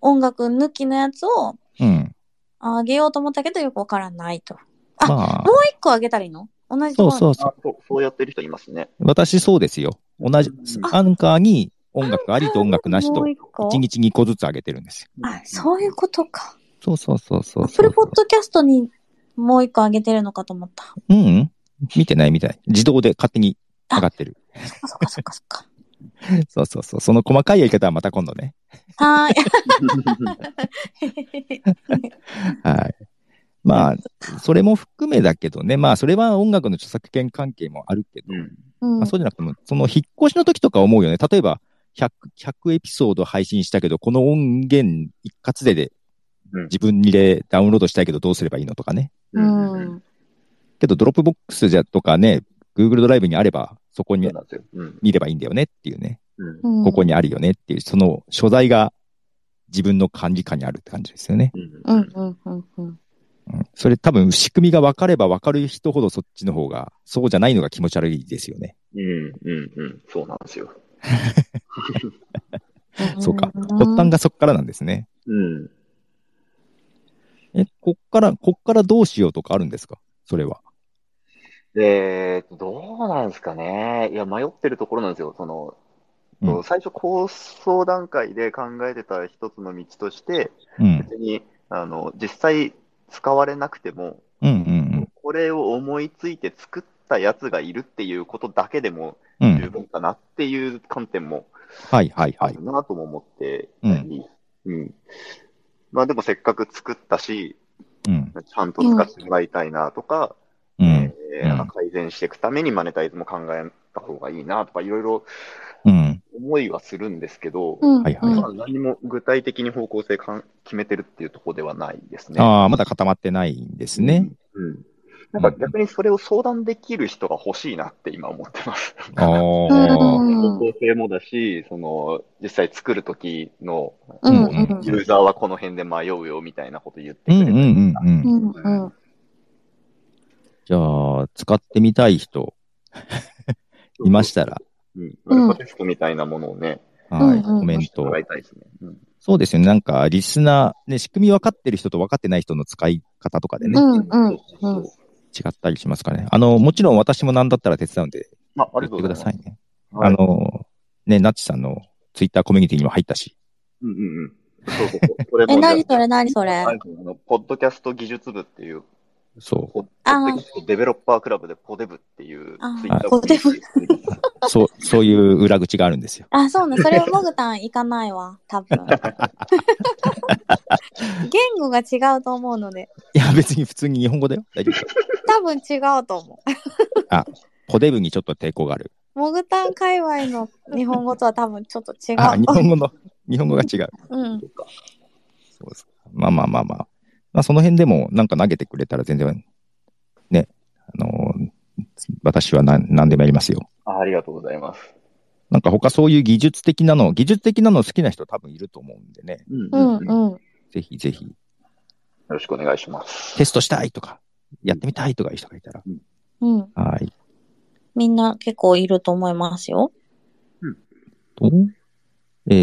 [SPEAKER 1] 音楽抜きのやつを
[SPEAKER 2] うん。
[SPEAKER 1] 上げようと思ったけど、よくわからないと。あ
[SPEAKER 2] まあ
[SPEAKER 1] も、一個あげたらいいの同じと
[SPEAKER 2] そう
[SPEAKER 1] ころ
[SPEAKER 2] そうそう
[SPEAKER 3] あ。そうそうやってる人いますね。
[SPEAKER 2] 私そうですよ。同じ、
[SPEAKER 3] あ
[SPEAKER 2] アンカーに音楽ありと音楽なし
[SPEAKER 1] も
[SPEAKER 2] と
[SPEAKER 1] う、一個
[SPEAKER 2] 1日2個ずつ上げてるんですよ。
[SPEAKER 1] あ、そういうことか。
[SPEAKER 2] そうそうそうそ
[SPEAKER 1] ア
[SPEAKER 2] う
[SPEAKER 1] ップ
[SPEAKER 2] そう
[SPEAKER 1] ルポッドキャストにもう一個あげてるのかと思った。
[SPEAKER 2] うんうん。見てない見てない。自動で勝手に上がってる。
[SPEAKER 1] そっかそっかそっかそっ か。
[SPEAKER 2] そうそうそう。その細かいやり方はまた今度ね。
[SPEAKER 1] はーい。
[SPEAKER 2] はい。まあ、それも含めだけどね。まあ、それは音楽の著作権関係もあるけど、
[SPEAKER 3] うん
[SPEAKER 1] うん
[SPEAKER 2] まあ、そうじゃなくても、その引っ越しの時とか思うよね。例えば、100、100エピソード配信したけど、この音源一括でで
[SPEAKER 3] うん
[SPEAKER 2] 自分でダウンロードしたいけどどうすればいいのとかね。
[SPEAKER 1] う
[SPEAKER 3] うん
[SPEAKER 1] ん。
[SPEAKER 2] けど、ドロップボックスじゃとかね、Google ドライブにあれば、そこ
[SPEAKER 3] そ
[SPEAKER 2] に
[SPEAKER 3] うなんですよ。うん
[SPEAKER 2] 見ればいいんだよねっていうね。
[SPEAKER 3] うん
[SPEAKER 1] うん
[SPEAKER 2] ここにあるよねっていう、その所在が自分の管理下にあるって感じですよね。
[SPEAKER 1] う
[SPEAKER 3] うん
[SPEAKER 1] んうんうんうん。
[SPEAKER 2] うん、それ多分仕組みが分かれば分かる人ほどそっちの方が、そうじゃないのが気持ち悪いですよね。
[SPEAKER 3] うんうんうん。そうなんですよ。
[SPEAKER 2] そうか。発端がそっからなんですね。
[SPEAKER 3] うん。
[SPEAKER 2] え、こっから、こっからどうしようとかあるんですかそれは。
[SPEAKER 3] えーと、どうなんですかね。いや、迷ってるところなんですよ。その、
[SPEAKER 2] うん
[SPEAKER 3] 最初構想段階で考えてた一つの道として、
[SPEAKER 2] うん。
[SPEAKER 3] 別に、あの、実際使われなくても、
[SPEAKER 2] うんうん
[SPEAKER 3] これを思いついて作ったやつがいるっていうことだけでも
[SPEAKER 2] うん。う
[SPEAKER 3] 十
[SPEAKER 2] ん。
[SPEAKER 3] 分かなっていう観点も
[SPEAKER 2] はいはい
[SPEAKER 3] あ
[SPEAKER 2] はい。
[SPEAKER 3] るなとも思っていたり、うん。まあでもせっかく作ったし、
[SPEAKER 2] うん。
[SPEAKER 3] ちゃんと使ってもらいたいなとか、
[SPEAKER 2] うん。
[SPEAKER 3] えー
[SPEAKER 2] うん
[SPEAKER 3] 改善していくためにマネタイズも考えた方がいいなとか、いろいろ
[SPEAKER 2] うん。
[SPEAKER 3] 思いはするんですけど、
[SPEAKER 1] うん。
[SPEAKER 2] はいはい
[SPEAKER 1] うん
[SPEAKER 3] まあ、何も具体的に方向性かん決めてるっていうところではないですね。
[SPEAKER 2] ああ、まだ固まってないんですね。
[SPEAKER 3] うん。なんか逆にそれを相談できる人が欲しいなって今思ってます。
[SPEAKER 2] あ あ。
[SPEAKER 1] うん
[SPEAKER 3] 構成もだし、その、実際作る時の、
[SPEAKER 1] うん
[SPEAKER 2] うん
[SPEAKER 1] うん
[SPEAKER 3] ユーザーはこの辺で迷うよみたいなこと言って
[SPEAKER 2] う
[SPEAKER 3] くれ
[SPEAKER 2] ん
[SPEAKER 3] て、
[SPEAKER 2] うんうんうん。
[SPEAKER 1] うんうん。
[SPEAKER 2] じゃあ、使ってみたい人、いましたら、
[SPEAKER 3] うん、
[SPEAKER 1] うん
[SPEAKER 3] アルファテストみたいなものをね、
[SPEAKER 2] は
[SPEAKER 1] うん
[SPEAKER 2] い、
[SPEAKER 1] うん
[SPEAKER 2] コメント
[SPEAKER 3] も。らいたいですね。うん
[SPEAKER 2] そうですよね。なんか、リスナー、ね、仕組み分かってる人と分かってない人の使い方とかでね、
[SPEAKER 1] うんうんうん
[SPEAKER 3] そうそうそう
[SPEAKER 2] 違ったりしますかね。あの、もちろん私も何だったら手伝うんで、
[SPEAKER 3] まあ、あ
[SPEAKER 2] や
[SPEAKER 3] り
[SPEAKER 2] っ
[SPEAKER 3] がと
[SPEAKER 2] てく
[SPEAKER 3] うござ
[SPEAKER 2] だ
[SPEAKER 3] いま
[SPEAKER 2] さ
[SPEAKER 3] す。
[SPEAKER 2] いね。
[SPEAKER 3] はい
[SPEAKER 2] あの、ね、ナッチさんのツイッターコミュニティにも入ったし。
[SPEAKER 3] うんうんうん。そうそうそう。それ も
[SPEAKER 1] え、
[SPEAKER 3] じゃあ
[SPEAKER 1] 何それ何それ
[SPEAKER 3] あれですねあのポッドキャスト技術部っていう、
[SPEAKER 2] そ
[SPEAKER 3] ポッ
[SPEAKER 1] あー
[SPEAKER 3] ドキャストデベロッパークラブでポデブっていう
[SPEAKER 1] あー
[SPEAKER 3] ツイッター
[SPEAKER 1] ポデブ
[SPEAKER 2] う、そう、そういう裏口があるんですよ。
[SPEAKER 1] あ、そうね。それ、モグタン行かないわ。多 分。言語が違うと思うので、
[SPEAKER 2] いや、別に普通に日本語だよ。大丈夫。
[SPEAKER 1] 多分違うと思う。
[SPEAKER 2] ポデブにちょっと抵抗がある。
[SPEAKER 1] モグタン界隈の日本語とは多分ちょっと違う。
[SPEAKER 2] あ、日本語の、日本語が違う。
[SPEAKER 1] うん。
[SPEAKER 2] そうですまあまあまあまあ。まあその辺でもなんか投げてくれたら全然、ね、あのー私は何何でもやりますよ。
[SPEAKER 3] あありがとうございます。
[SPEAKER 2] なんか他そういう技術的なの、技術的なの好きな人多分いると思うんでね。
[SPEAKER 3] うん
[SPEAKER 1] うん
[SPEAKER 3] よ
[SPEAKER 1] うん。
[SPEAKER 2] ぜひぜひ、
[SPEAKER 3] ろしくお願いします。
[SPEAKER 2] テストしたいとか、やってみたいとかいう人がいたら。
[SPEAKER 1] うん。
[SPEAKER 2] はい。
[SPEAKER 1] みんな結構いると思いますよ。手を
[SPEAKER 2] と、
[SPEAKER 1] 挙
[SPEAKER 2] えー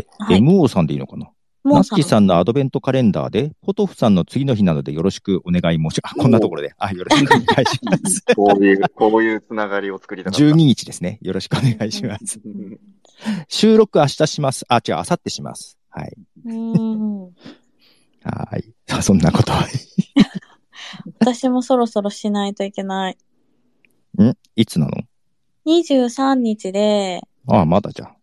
[SPEAKER 1] げ、はい
[SPEAKER 2] MO さんでいいのかな
[SPEAKER 1] も
[SPEAKER 2] ナ
[SPEAKER 1] う
[SPEAKER 2] ッチさんのアドベントカレンダーで、ポトフさんの次の日なのでよろしくお願い申し、あ、こんなところで。あ、よろしくお願いし ます。
[SPEAKER 3] こういう、こういうつながりを作りたかった。
[SPEAKER 2] 12日ですね。よろしくお願いします。
[SPEAKER 3] うん
[SPEAKER 2] 収録明日します。あ、違う、明後日します。はい。
[SPEAKER 1] うん。
[SPEAKER 2] はい。さあ、そんなことは。
[SPEAKER 1] 私もそろそろしないといけない。
[SPEAKER 2] んいつなの
[SPEAKER 1] 23日で、
[SPEAKER 2] ああ、まだじゃん。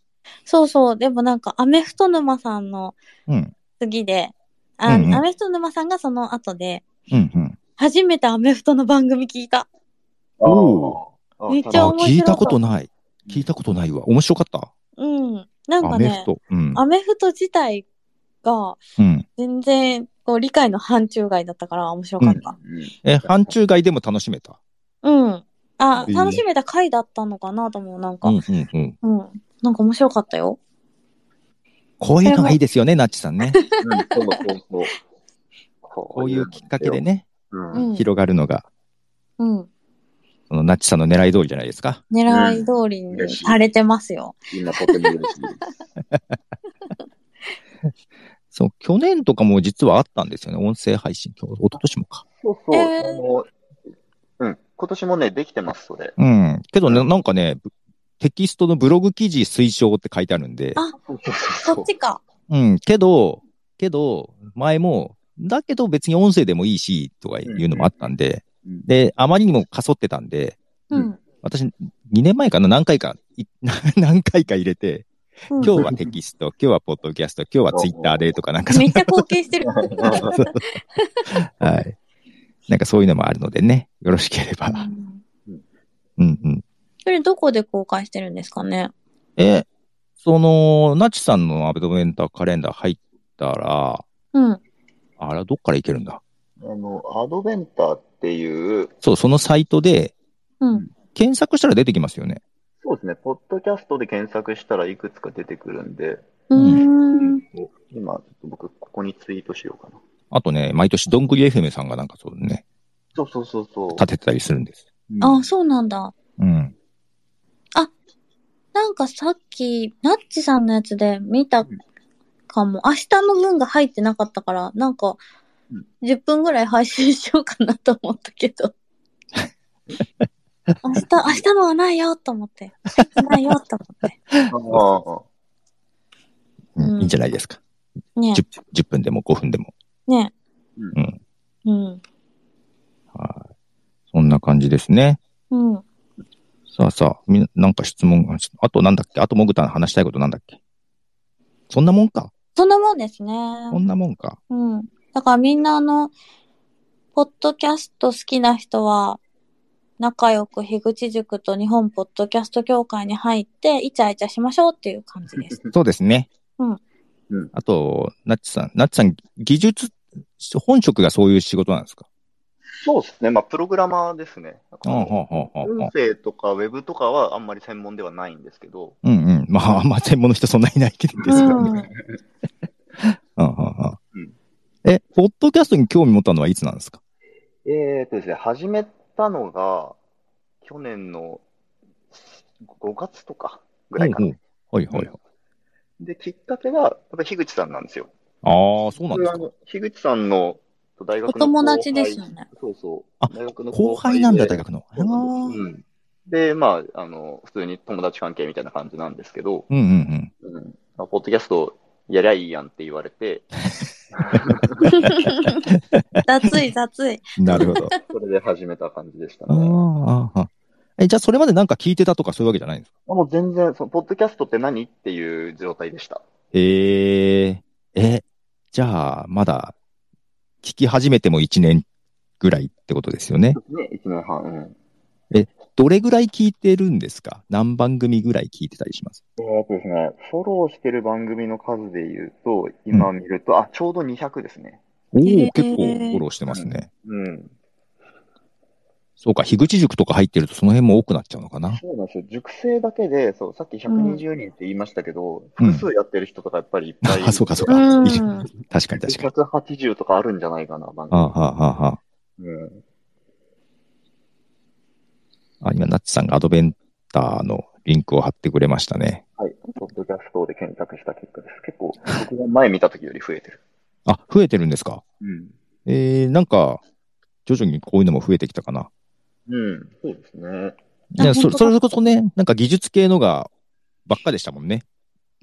[SPEAKER 1] そうそう、でもなんか、アメフト沼さんの
[SPEAKER 2] うん。
[SPEAKER 1] 次で、あ
[SPEAKER 2] うんうん
[SPEAKER 1] アメフト沼さんがその後で、
[SPEAKER 2] うん、うん。
[SPEAKER 1] 初めてアメフトの番組聞いた。
[SPEAKER 2] お
[SPEAKER 3] あー
[SPEAKER 1] めっち
[SPEAKER 2] あ
[SPEAKER 1] ゃ
[SPEAKER 3] あ
[SPEAKER 1] 面白い
[SPEAKER 2] 聞いたことない。聞いたことないわ。面白かった。
[SPEAKER 1] うん。なん
[SPEAKER 2] ア
[SPEAKER 1] か
[SPEAKER 2] メ
[SPEAKER 1] ね
[SPEAKER 2] フ、ト。うん。
[SPEAKER 1] アメフト自体が
[SPEAKER 2] うん。
[SPEAKER 1] 全然こう理解の範疇外だったから面白かった。
[SPEAKER 2] え、範疇外でも楽しめた。
[SPEAKER 1] うん。あ、
[SPEAKER 2] いいね
[SPEAKER 1] 楽しめた回だったのかなと思う、なんか。
[SPEAKER 2] う、
[SPEAKER 1] うんん。
[SPEAKER 2] うん、うん。
[SPEAKER 1] なんか面白かったよ。
[SPEAKER 2] こういうのがいいですよね、ナッチさんね。
[SPEAKER 3] うんうんそうそうそう
[SPEAKER 2] こ
[SPEAKER 3] こ
[SPEAKER 2] ういうきっかけで。ね、
[SPEAKER 3] うん
[SPEAKER 1] うん。
[SPEAKER 2] 広がるのが、
[SPEAKER 1] うん。
[SPEAKER 2] そのナッチさんの狙い通りじゃないですか。
[SPEAKER 1] 狙い通りにされてますよ。
[SPEAKER 3] 今とても嬉しいです。
[SPEAKER 2] そう、去年とかも実はあったんですよね。音声配信。今日、一昨年もか。
[SPEAKER 3] そうそう。
[SPEAKER 1] えー
[SPEAKER 3] あのうん。今年もね、できてます、それ。
[SPEAKER 2] うん。けどね、なんかね、テキストのブログ記事推奨って書いてあるんで。
[SPEAKER 1] あ
[SPEAKER 3] そうそう
[SPEAKER 1] そっちか。
[SPEAKER 2] うん。けど、けど、前も、だけど別に音声でもいいし、とかいうのもあったんで、
[SPEAKER 3] うん
[SPEAKER 2] で、あまりにもかそってたんで、
[SPEAKER 1] うん。
[SPEAKER 2] 私、2年前かな何回か、い 何回か入れて、
[SPEAKER 1] 今
[SPEAKER 2] 今日はテキスト、今日はポッドキャスト、今日はツイッターでとかなんか、
[SPEAKER 1] めっちゃ貢献してる。
[SPEAKER 2] はい。なんかそういうのもあるのでね、よろしければ。うんうん。
[SPEAKER 1] それどこで公開してるんですかね
[SPEAKER 2] え、その、ナチさんのアドベンターカレンダー入ったら、
[SPEAKER 1] うん。
[SPEAKER 2] あら、どっからいけるんだ
[SPEAKER 3] あの、アドベンターっていう、
[SPEAKER 2] そう、そのサイトで
[SPEAKER 1] うん。
[SPEAKER 2] 検索したら出てきますよね。
[SPEAKER 3] そうですね、ポッドキャストで検索したらいくつか出てくるんで、
[SPEAKER 1] うーん。
[SPEAKER 3] 今、ちょっと僕、ここにツイートしようかな。
[SPEAKER 2] あとね、毎年どんぐり FM さんがなんかそうね、
[SPEAKER 3] そうそうそうそう。
[SPEAKER 2] 立ててたりするんです。
[SPEAKER 3] うん
[SPEAKER 1] あ、そうなんだ。
[SPEAKER 2] うん。
[SPEAKER 1] なんかさっき、ナッチさんのやつで見たかも。明日の分が入ってなかったから、なんか
[SPEAKER 3] うん、
[SPEAKER 1] 10分ぐらい配信しようかなと思ったけど。明日、明日のはないよと思って。ないよと思って。
[SPEAKER 3] あ
[SPEAKER 2] うん
[SPEAKER 1] うん
[SPEAKER 2] いいんじゃないですか。
[SPEAKER 1] ね
[SPEAKER 2] 10, 10分でも5分でも。
[SPEAKER 1] え、ね
[SPEAKER 3] う
[SPEAKER 1] え。
[SPEAKER 2] ん
[SPEAKER 1] うん。
[SPEAKER 2] はい。そんな感じですね。
[SPEAKER 1] うん。うん。
[SPEAKER 2] さあさあ、みんな、なんか質問が、あとなんだっけあともぐたん話したいことなんだっけそんなもんか
[SPEAKER 1] そんなもんですね。
[SPEAKER 2] そんなもんか
[SPEAKER 1] うん。だからみんなあの、ポッドキャスト好きな人は、仲良く樋口塾と日本ポッドキャスト協会に入って、イチャイチャしましょうっていう感じです。
[SPEAKER 2] そうですね。
[SPEAKER 1] うん
[SPEAKER 3] うん
[SPEAKER 2] あと、ナッチさん、ナッチさん、技術、本職がそういう仕事なんですか
[SPEAKER 3] そうですね。まあ、プログラマーですね。
[SPEAKER 2] うん、ほうほうほうほう
[SPEAKER 3] 音声とかウェブとかはあんまり専門ではないんですけど、
[SPEAKER 2] うんうん。まあ、あんま専門の人そんないないけど ですよね。
[SPEAKER 1] うん
[SPEAKER 2] うんうんう
[SPEAKER 3] うん
[SPEAKER 2] んえ、ポッドキャストに興味持ったのはいつなんですか
[SPEAKER 3] えーとですね、始めたのが、去年の5月とかぐらいかな。
[SPEAKER 2] ほうほうはいはいはい。
[SPEAKER 3] で、きっかけが、やっぱ樋口さんなんですよ。
[SPEAKER 2] ああ、そうなんです
[SPEAKER 3] あ
[SPEAKER 2] か。
[SPEAKER 3] の樋口さんの大学の
[SPEAKER 1] お友達ですよ
[SPEAKER 3] ね。
[SPEAKER 1] ね。
[SPEAKER 3] そうそう。
[SPEAKER 2] あ
[SPEAKER 3] 大学の
[SPEAKER 2] 後輩なんだ、
[SPEAKER 3] で
[SPEAKER 2] 大学の。あ
[SPEAKER 3] そう
[SPEAKER 2] ー
[SPEAKER 3] そううんで、まあ、あの、普通に友達関係みたいな感じなんですけど、
[SPEAKER 2] うんうん
[SPEAKER 3] うん、まあポッドキャストやりゃいいやんって言わ れて、
[SPEAKER 1] 雑い雑い。
[SPEAKER 2] うん。なるほど。
[SPEAKER 3] それで始めた感じでした
[SPEAKER 2] あ
[SPEAKER 3] ね。
[SPEAKER 2] ーあー。え、じゃあそれまでなんか聞いてたとかそういうわけじゃないんですか
[SPEAKER 3] もう全然、そのポッドキャストって何っていう状態でした。
[SPEAKER 2] えええ、じゃあ、まだ、聞き始めても1年ぐらいってことですよね。
[SPEAKER 3] ね、1年半。うん
[SPEAKER 2] どれぐらい聞いてるんですか何番組ぐらい聞いてたりします
[SPEAKER 3] えーとですね、フォローしてる番組の数で言うと、今見ると、あ、ちょうど200ですね。
[SPEAKER 2] おお、
[SPEAKER 1] えー
[SPEAKER 2] 結構フォローしてますね。
[SPEAKER 3] うん。
[SPEAKER 2] そうか、樋口塾とか入ってるとその辺も多くなっちゃうのかな。
[SPEAKER 3] そうなんですよ。熟成だけで、そう、さっき120人って言いましたけど、
[SPEAKER 2] うん
[SPEAKER 3] 複数やってる人とかやっぱりいっぱい。
[SPEAKER 2] あそうかそう
[SPEAKER 1] う
[SPEAKER 2] か。
[SPEAKER 1] ん
[SPEAKER 2] いい確かに確かに。
[SPEAKER 3] 180とかあるんじゃないかな、番
[SPEAKER 2] あ
[SPEAKER 3] 組。
[SPEAKER 2] あ、ああ、あ
[SPEAKER 3] うん。
[SPEAKER 2] あ。あ今、ナッチさんがアドベンターのリンクを貼ってくれましたね。
[SPEAKER 3] はい。ポッドキャストで検索した結果です。結構、僕が前見た時より増えてる。
[SPEAKER 2] あ、増えてるんですか
[SPEAKER 3] うん。
[SPEAKER 2] えー、なんか、徐々にこういうのも増えてきたかな。
[SPEAKER 3] うん。そうですね。
[SPEAKER 1] あ
[SPEAKER 2] いやそ
[SPEAKER 1] 本当だ
[SPEAKER 2] それこそね、なんか技術系のがばっかでしたもんね。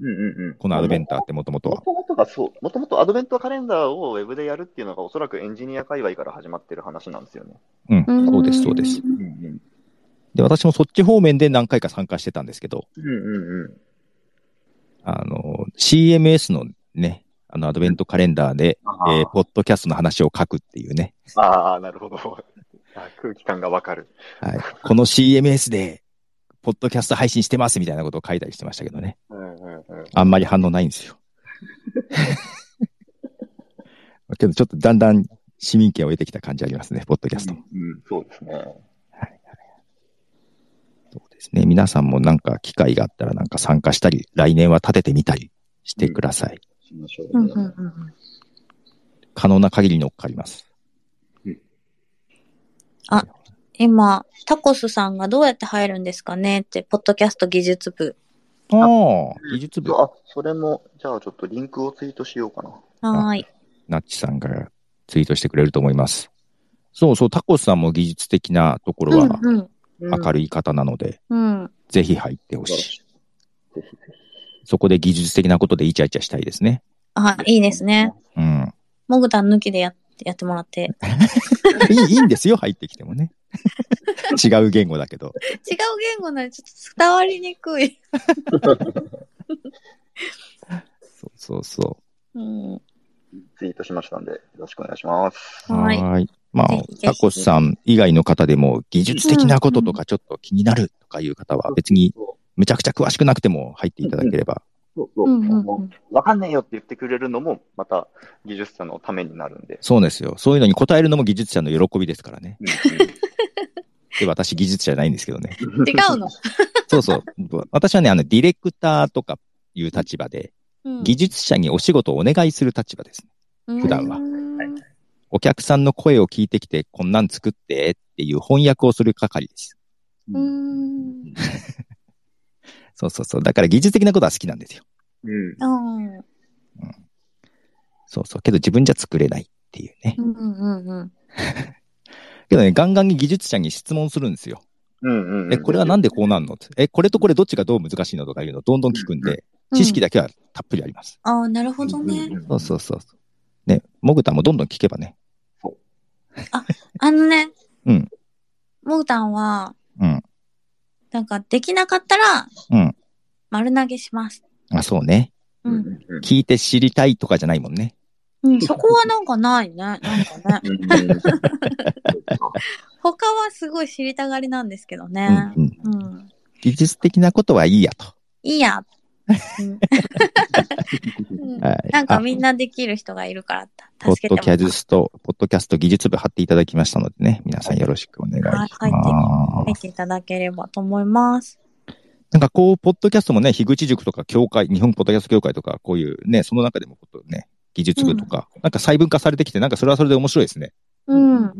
[SPEAKER 3] うんうんうん。
[SPEAKER 2] このアドベンタ
[SPEAKER 3] タ
[SPEAKER 2] ーってもともと
[SPEAKER 3] も
[SPEAKER 2] は。
[SPEAKER 3] ともとがそう、もともとアドベントカレンダーをウェブでやるっていうのがおそらくエンジニア界隈から始まってる話なんですよね。
[SPEAKER 2] うん
[SPEAKER 1] うん、
[SPEAKER 2] そうです、そうです。。
[SPEAKER 3] うんうん。
[SPEAKER 2] で、私もそっち方面で何回か参加してたんですけど、
[SPEAKER 3] うんうんうん。
[SPEAKER 2] あの、CMS のね、あの、アドベントカレンダーで、
[SPEAKER 3] あ
[SPEAKER 2] えーポッドキャストの話を書くっていうね。
[SPEAKER 3] ー、あー、なるほど。 あ空気感がわかる。
[SPEAKER 2] はい。この CMS で、ポッドキャスト配信してますみたいなことを書いたりしてましたけどね。
[SPEAKER 3] うんうんうん。
[SPEAKER 2] あんまり反応ないんで すよ。けど、ちょっとだんだん市民権を得てきた感じありますね、ポッドキャストも。
[SPEAKER 3] うん、そうですね。
[SPEAKER 2] そうですね。皆さんもなんか機会があったらなんか参加したり、来年は立ててみたりしてください。
[SPEAKER 3] しましょ
[SPEAKER 1] う
[SPEAKER 3] うんね、
[SPEAKER 1] うんうん、
[SPEAKER 2] 可能な限り乗っかります。
[SPEAKER 1] 今、タコスさんがどうやって入るんですかねって、ポッドキャスト技術部。
[SPEAKER 2] ああ、技術部。
[SPEAKER 3] あ、それも、じゃあちょっとリンクをツイートしようかな。
[SPEAKER 1] はーい。
[SPEAKER 2] ナッチさんがツイートしてくれると思います。そうそう、タコスさんも技術的なところは
[SPEAKER 1] うんうん
[SPEAKER 2] 明るい方なので、
[SPEAKER 1] うん。
[SPEAKER 2] ぜひ入ってほしい。
[SPEAKER 3] ぜひぜ
[SPEAKER 2] そこで技術的なことでイチャイチャしたいですね。
[SPEAKER 1] あ、いいですね。
[SPEAKER 2] うん。
[SPEAKER 1] モグタン抜きでややってもら って。
[SPEAKER 2] いい、いいんですよ、入ってきて もね。違う言語だけど。
[SPEAKER 1] 違う言語なのでちょっと伝わりにくい。
[SPEAKER 2] そうそうそ
[SPEAKER 1] うん。
[SPEAKER 3] ツイートしましたんで、よろしくお願いします。
[SPEAKER 2] う。
[SPEAKER 1] はい。
[SPEAKER 2] い。まあ
[SPEAKER 1] ぜひぜ、ひ
[SPEAKER 2] タコスさん以外の方でも技術的なこととかちょっと気になるとかいう方は別にむちゃくちゃ詳しくなくても入っていただければ。
[SPEAKER 3] そうそうう。
[SPEAKER 1] んうん
[SPEAKER 3] あの
[SPEAKER 1] うん
[SPEAKER 3] わかんねえよって言ってくれるのも、また技術者のためになるんで。
[SPEAKER 2] そうですよ。そういうのに答えるのも技術者の喜びですからね。で、私技術者じゃないんですけどね。
[SPEAKER 1] 違うの。
[SPEAKER 2] そうそう。私はね、あの、ディレクターとかいう立場で、
[SPEAKER 1] うん
[SPEAKER 2] 技術者にお仕事をお願いする立場です。普段は
[SPEAKER 1] うん
[SPEAKER 3] はいはい
[SPEAKER 2] お客さんの声を聞いてきて、こんなん作ってっていう翻訳をする係です。
[SPEAKER 1] う
[SPEAKER 3] うん。
[SPEAKER 1] ん。
[SPEAKER 2] そうそうそう。だから技術的なことは好きなんですよ。
[SPEAKER 3] うん。
[SPEAKER 1] うん。うん
[SPEAKER 2] そうそう。けど自分じゃ作れないっていうね。
[SPEAKER 1] うんうん。
[SPEAKER 2] けどね、ガンガンに技術者に質問するんですよ。
[SPEAKER 3] うんうんうん。
[SPEAKER 2] え、これはなんでこうなんのってえ、これとこれどっちがどう難しいのとかいうのをどんどん聞くんで、知識
[SPEAKER 1] だ。
[SPEAKER 2] だけはたっぷりあります。
[SPEAKER 1] ああ、なるほどね。
[SPEAKER 3] うん
[SPEAKER 2] そうそうそうそう。ね、モグタもどんどん聞けばね。
[SPEAKER 1] あのね、
[SPEAKER 2] うん。
[SPEAKER 1] モグタンは、
[SPEAKER 2] うん。
[SPEAKER 1] なんかできなかったら、
[SPEAKER 2] うん。
[SPEAKER 1] 丸投げします。
[SPEAKER 2] あ、そうね。
[SPEAKER 1] う
[SPEAKER 3] うん
[SPEAKER 1] ん。
[SPEAKER 3] うん
[SPEAKER 2] 聞いて知りたいとかじゃないもんね。
[SPEAKER 1] うん、そこはなんかないね。なんかね。
[SPEAKER 3] うんうんうん
[SPEAKER 1] 他はすごい知りたがりなんですけど
[SPEAKER 2] う
[SPEAKER 1] ね。
[SPEAKER 2] んうん。
[SPEAKER 1] うん。
[SPEAKER 2] 技術的なことはいいやと。
[SPEAKER 1] いいや。 うん
[SPEAKER 2] はい
[SPEAKER 1] なんか
[SPEAKER 2] あ
[SPEAKER 1] みんなできる人がいるから
[SPEAKER 2] ポ
[SPEAKER 1] 助け
[SPEAKER 2] ッド
[SPEAKER 1] て
[SPEAKER 2] キャ
[SPEAKER 1] もらっ
[SPEAKER 2] スト、ポッドキャスト技術部貼っていただきましたのでね、皆さんよろしくお願いします。
[SPEAKER 1] はいた。書いていただければと思います。
[SPEAKER 2] なんかこう、ポッドキャストもね、樋口塾とか協会、日本ポッドキャスト協会とか、こういうね、その中でもことね、技術部とか、なんか細分化されてきて、なんかそれはそれで面白いですね。
[SPEAKER 1] うん。
[SPEAKER 3] うん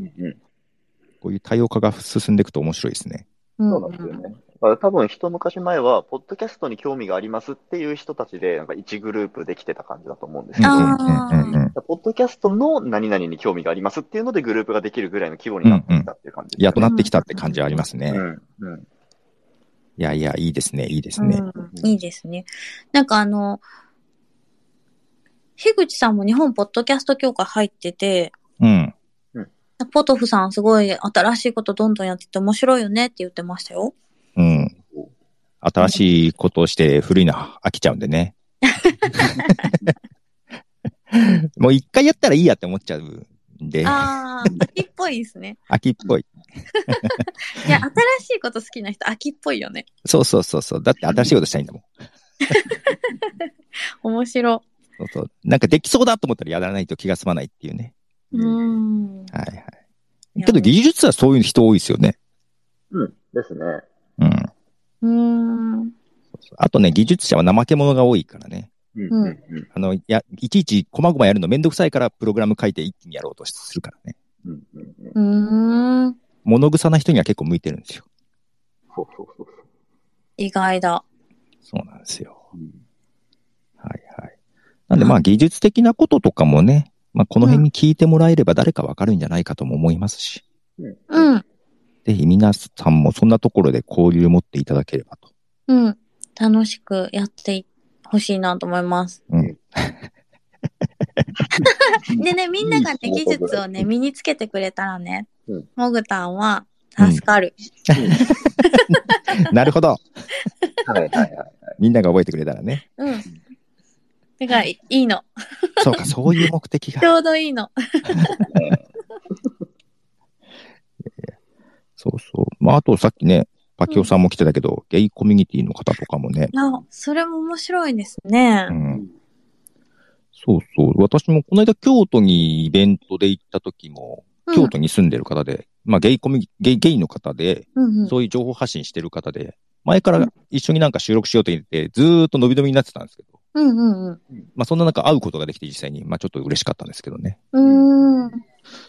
[SPEAKER 2] こういう多様化が進んでいくと面白いですね。
[SPEAKER 1] うん
[SPEAKER 3] そうなんですよね。だから多分一昔前は、ポッドキャストに興味がありますっていう人たちで、なんか1グループできてた感じだと思うんですけど、
[SPEAKER 1] あー
[SPEAKER 2] うんうんうんうん。
[SPEAKER 3] ポッドキャストの何々に興味がありますっていうのでグループができるぐらいの規模になってきたっていう感じです
[SPEAKER 2] やっと
[SPEAKER 3] ね
[SPEAKER 2] なってきたって感じはありますね。
[SPEAKER 3] うんうん
[SPEAKER 2] いやいや、いいですね、いいですね。
[SPEAKER 1] うん、いいですね。なんかあの、樋口さんも日本ポッドキャスト協会入ってて、
[SPEAKER 2] うん。
[SPEAKER 1] ポトフさんすごい新しいことどんどんやってて面白いよねって言ってましたよ。
[SPEAKER 2] うん。新しいことをして古いな、飽きちゃうんでね。もう一回やったらいいやって思っちゃうんで、
[SPEAKER 1] ああ、秋っぽいですね。
[SPEAKER 2] 飽きっぽい。
[SPEAKER 1] いや、新しいこと好きな人秋っぽいよね。
[SPEAKER 2] そうそうそうそう。だって新しいことしたいんだもん。
[SPEAKER 1] 面白。
[SPEAKER 2] そうそう。なんかできそうだと思ったらやらないと気が済まないっていうね。
[SPEAKER 1] うーん。
[SPEAKER 2] はいはい。けど技術はそういう人多いですよね。
[SPEAKER 3] うん。ですね。
[SPEAKER 2] うん。
[SPEAKER 1] うーん。
[SPEAKER 2] あとね、技術者は怠け者が多いからね。
[SPEAKER 3] うん
[SPEAKER 1] うん
[SPEAKER 3] うん
[SPEAKER 2] あの、いや、いちいち細々やるのめんどくさいからプログラム書いて一気にやろうとするからね。
[SPEAKER 3] うんうんう
[SPEAKER 1] う
[SPEAKER 3] ん
[SPEAKER 1] ーん。
[SPEAKER 2] 物臭な人には結構向いてるんですよ。
[SPEAKER 3] そうそうそうそう。
[SPEAKER 1] 意外だ。
[SPEAKER 2] そうなんですよ。
[SPEAKER 3] うん
[SPEAKER 2] はいはい。なんでまあ技術的なこととかもね、まあこの辺に聞いてもらえれば誰かわかるんじゃないかとも思いますし、
[SPEAKER 1] うん。
[SPEAKER 2] ぜひ皆さんもそんなところで交流を持っていただければ と。
[SPEAKER 1] うん。楽しくやってほしいなと思います。
[SPEAKER 2] うん
[SPEAKER 1] でね、みんながね、
[SPEAKER 3] いい
[SPEAKER 1] 技術をね、身につけてくれたらね
[SPEAKER 3] うん、
[SPEAKER 1] もぐたんは助かる。
[SPEAKER 2] なるほど。
[SPEAKER 3] はいはいはい。
[SPEAKER 2] みんなが覚えてくれたらね。
[SPEAKER 1] うん。だから、いいの。
[SPEAKER 2] そうか、そういう目的
[SPEAKER 1] ち
[SPEAKER 2] が。
[SPEAKER 1] ょうどいいの。
[SPEAKER 2] そうそう。まああとさっきね、パキオさんも来てたけど、ゲイコミュニティの方とかもね。
[SPEAKER 1] あ、それも面白いですね
[SPEAKER 2] う。ん。そうそう。私もこの間京都にイベントで行った時も、
[SPEAKER 1] うん
[SPEAKER 2] 京都に住んでる方で、まあゲイコミュニゲイ、ゲイの方で、
[SPEAKER 1] うんうん。
[SPEAKER 2] そういう情報発信してる方で、前から一緒になんか収録しようと言って、ずーっと伸び伸びになってたんですけど、
[SPEAKER 1] うんうん
[SPEAKER 2] まあそんな中会うことができて実際に、まあちょっと嬉しかったんですけどね。
[SPEAKER 1] うん。うーん。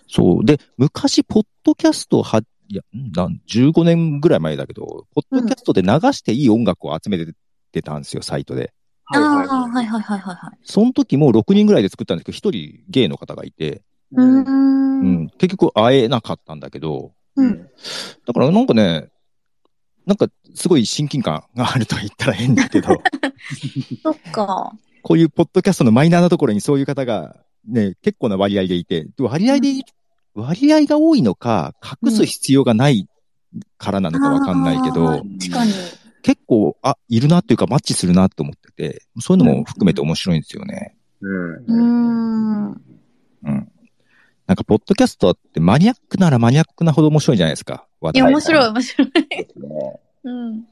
[SPEAKER 2] そう。で、昔、ポッドキャストは、いや、んなん、15年ぐらい前だけど、ポッドキャストで流していい音楽を集めててたんですよ、サイトで。
[SPEAKER 1] ああ、
[SPEAKER 3] はいは
[SPEAKER 1] はいは
[SPEAKER 3] い
[SPEAKER 1] いはいはいはい。
[SPEAKER 2] その時も6人ぐらいで作ったんですけど、1人ゲイの方がいて、
[SPEAKER 1] うー。
[SPEAKER 2] うんん、結局会えなかったんだけど、
[SPEAKER 1] うん。
[SPEAKER 2] だからなんかね、なんかすごい親近感があると言ったら変だけど、
[SPEAKER 1] そっか。
[SPEAKER 2] こういうポッドキャストのマイナーなところにそういう方がね、結構な割合でいて、割合で、割合が多いのか、隠す必要がないからなのかわかんないけ
[SPEAKER 1] あ
[SPEAKER 2] ど、
[SPEAKER 1] ー確かに。
[SPEAKER 2] 結構、あ、いるなっていうかマッチするなって思ってて、そういうのも含めて面白いんですよね。
[SPEAKER 1] うーん。
[SPEAKER 2] うん。なんか、ポッドキャストってマニアックならマニアックなほど面白いじゃないですか。話
[SPEAKER 1] い
[SPEAKER 2] 題
[SPEAKER 1] や、
[SPEAKER 2] が
[SPEAKER 1] 面白い、面白い。
[SPEAKER 3] ですね。
[SPEAKER 1] うん。
[SPEAKER 2] い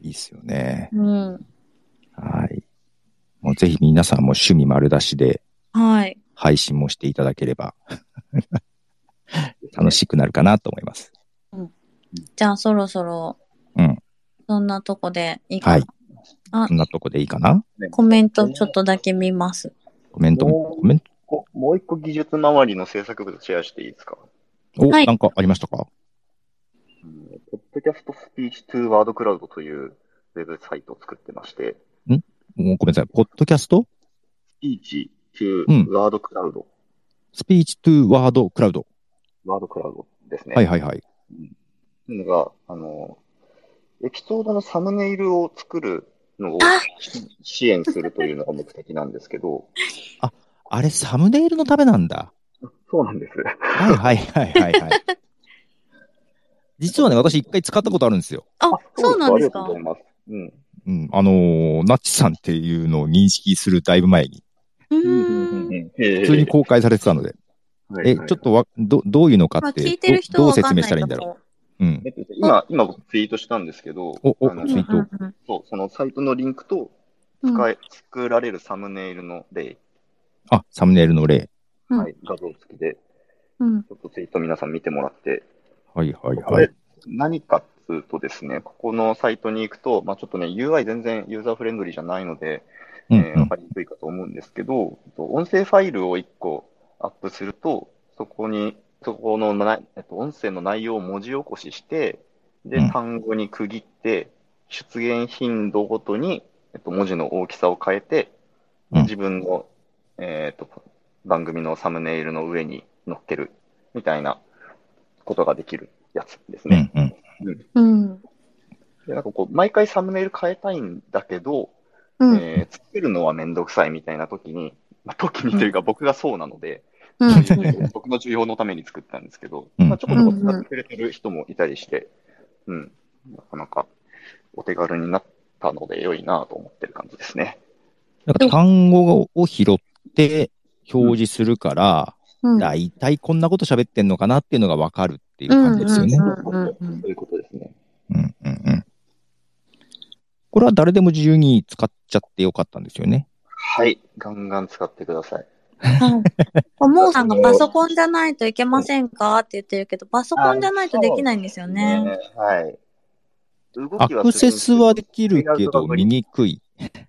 [SPEAKER 2] いですよね。
[SPEAKER 1] うん。
[SPEAKER 2] はい。もうぜひ皆さんも趣味丸出しで
[SPEAKER 1] はい。
[SPEAKER 2] 配信もしていただけ れば、楽しくなるかなと思います。
[SPEAKER 1] じゃあ、そろそろ、
[SPEAKER 2] うん。
[SPEAKER 1] そんなとこでいいかな。
[SPEAKER 2] はい。
[SPEAKER 1] あ
[SPEAKER 2] そんなとこでいいかな
[SPEAKER 1] コメントちょっとだけ見ます。
[SPEAKER 2] コメントも、
[SPEAKER 3] おー
[SPEAKER 2] コメント、
[SPEAKER 3] こもう一個技術周りの制作物シェアしていいですか、
[SPEAKER 2] お、
[SPEAKER 1] はい
[SPEAKER 2] なんかありましたか
[SPEAKER 3] うんポッドキャストスピーチトゥーワードクラウドというウェブサイトを作ってまして、
[SPEAKER 2] もうごめんなさい。ポッドキャスト
[SPEAKER 3] スピーチトゥーワードクラウド、
[SPEAKER 2] スピーチトゥーワードクラウド。
[SPEAKER 3] ワードクラウドですね。
[SPEAKER 2] はいはいはい。
[SPEAKER 3] っていうのが、あの、エピソードのサムネイルを作るのを
[SPEAKER 1] あ
[SPEAKER 3] 支援するというのが目的なんですけど、
[SPEAKER 2] あれ、サムネイルのためなんだ。
[SPEAKER 3] そうなんです。
[SPEAKER 2] はいはいはいはいはい。実はね、私一回使ったことあるんですよ。
[SPEAKER 1] あ、 そうなんですか
[SPEAKER 3] ありがとうございます。うん。
[SPEAKER 2] うん。あのーナッチさんっていうのを認識するだいぶ前に、
[SPEAKER 1] う
[SPEAKER 3] うん
[SPEAKER 1] ー。
[SPEAKER 3] うんんええ
[SPEAKER 2] 普通に公開されてたので、
[SPEAKER 3] はい
[SPEAKER 2] え、ちょっとわ、ど、どういうのか
[SPEAKER 1] まあ、
[SPEAKER 2] って、
[SPEAKER 1] 聞いてる人
[SPEAKER 2] どど
[SPEAKER 1] は
[SPEAKER 2] う
[SPEAKER 1] わか
[SPEAKER 2] 説
[SPEAKER 1] ん
[SPEAKER 2] 明
[SPEAKER 1] ない
[SPEAKER 2] したらいいんだ
[SPEAKER 1] と
[SPEAKER 2] ろ
[SPEAKER 1] こ
[SPEAKER 2] うん。
[SPEAKER 3] えっと今、今僕ツイートしたんですけど、
[SPEAKER 2] お、お、
[SPEAKER 3] あ
[SPEAKER 2] ツ
[SPEAKER 3] の
[SPEAKER 2] イート。
[SPEAKER 3] そうそのサイトのリンクと使え、作られるサムネイルの例、
[SPEAKER 2] あ、サムネイルの例。
[SPEAKER 1] うん
[SPEAKER 3] はい、画像付きで、
[SPEAKER 1] うん。
[SPEAKER 3] ちょっとツイート皆さん見てもらって、
[SPEAKER 2] はいはい
[SPEAKER 3] こ
[SPEAKER 2] はい
[SPEAKER 3] れ。、何かっつうとですね、ここのサイトに行くと、まあ、ちょっとね、UI 全然ユーザーフレンドリーじゃないので、
[SPEAKER 2] うん
[SPEAKER 3] えーわかりにくいかと思うんですけど、えっと音声ファイルを1個アップすると、そこに、そこのな、えっと、音声の内容を文字起こしして、で
[SPEAKER 2] うん、
[SPEAKER 3] 単語に区切って、出現頻度ごとに、えっと、文字の大きさを変えて、
[SPEAKER 2] うん
[SPEAKER 3] 自分の、えっと、番組のサムネイルの上に載っける、みたいなことができるやつです
[SPEAKER 2] う
[SPEAKER 3] ね。
[SPEAKER 2] んうん。
[SPEAKER 1] うん。
[SPEAKER 3] でなんかこう、毎回サムネイル変えたいんだけど、
[SPEAKER 1] うん。
[SPEAKER 3] えー作るのはめんどくさいみたいな時に、まあ、時にというか僕がそうなので、
[SPEAKER 1] うん。
[SPEAKER 3] 僕の需要のために作ったんですけど、
[SPEAKER 2] うん
[SPEAKER 3] まあ、ちょこちょこ使ってくれてる人もいたりして、うん、なかなかお手軽になったので良いなと思ってる感じですね。
[SPEAKER 2] なんか単語を拾って表示するから、
[SPEAKER 1] うん。
[SPEAKER 2] 大体こんなこと喋ってんのかなっていうのがわかるっていう感じですよね。
[SPEAKER 1] うんうんうん
[SPEAKER 3] そういうことですね。
[SPEAKER 2] うんうんうん。これは誰でも自由に使っちゃってよかったんですよね。
[SPEAKER 3] はい、ガンガン使ってください。
[SPEAKER 1] はい。もうさんがパソコンじゃないといけませんかって言ってるけど、パソコンじゃないとできないんですよね。
[SPEAKER 3] えはい。動きは
[SPEAKER 2] アクセスはできるけど、見にくい。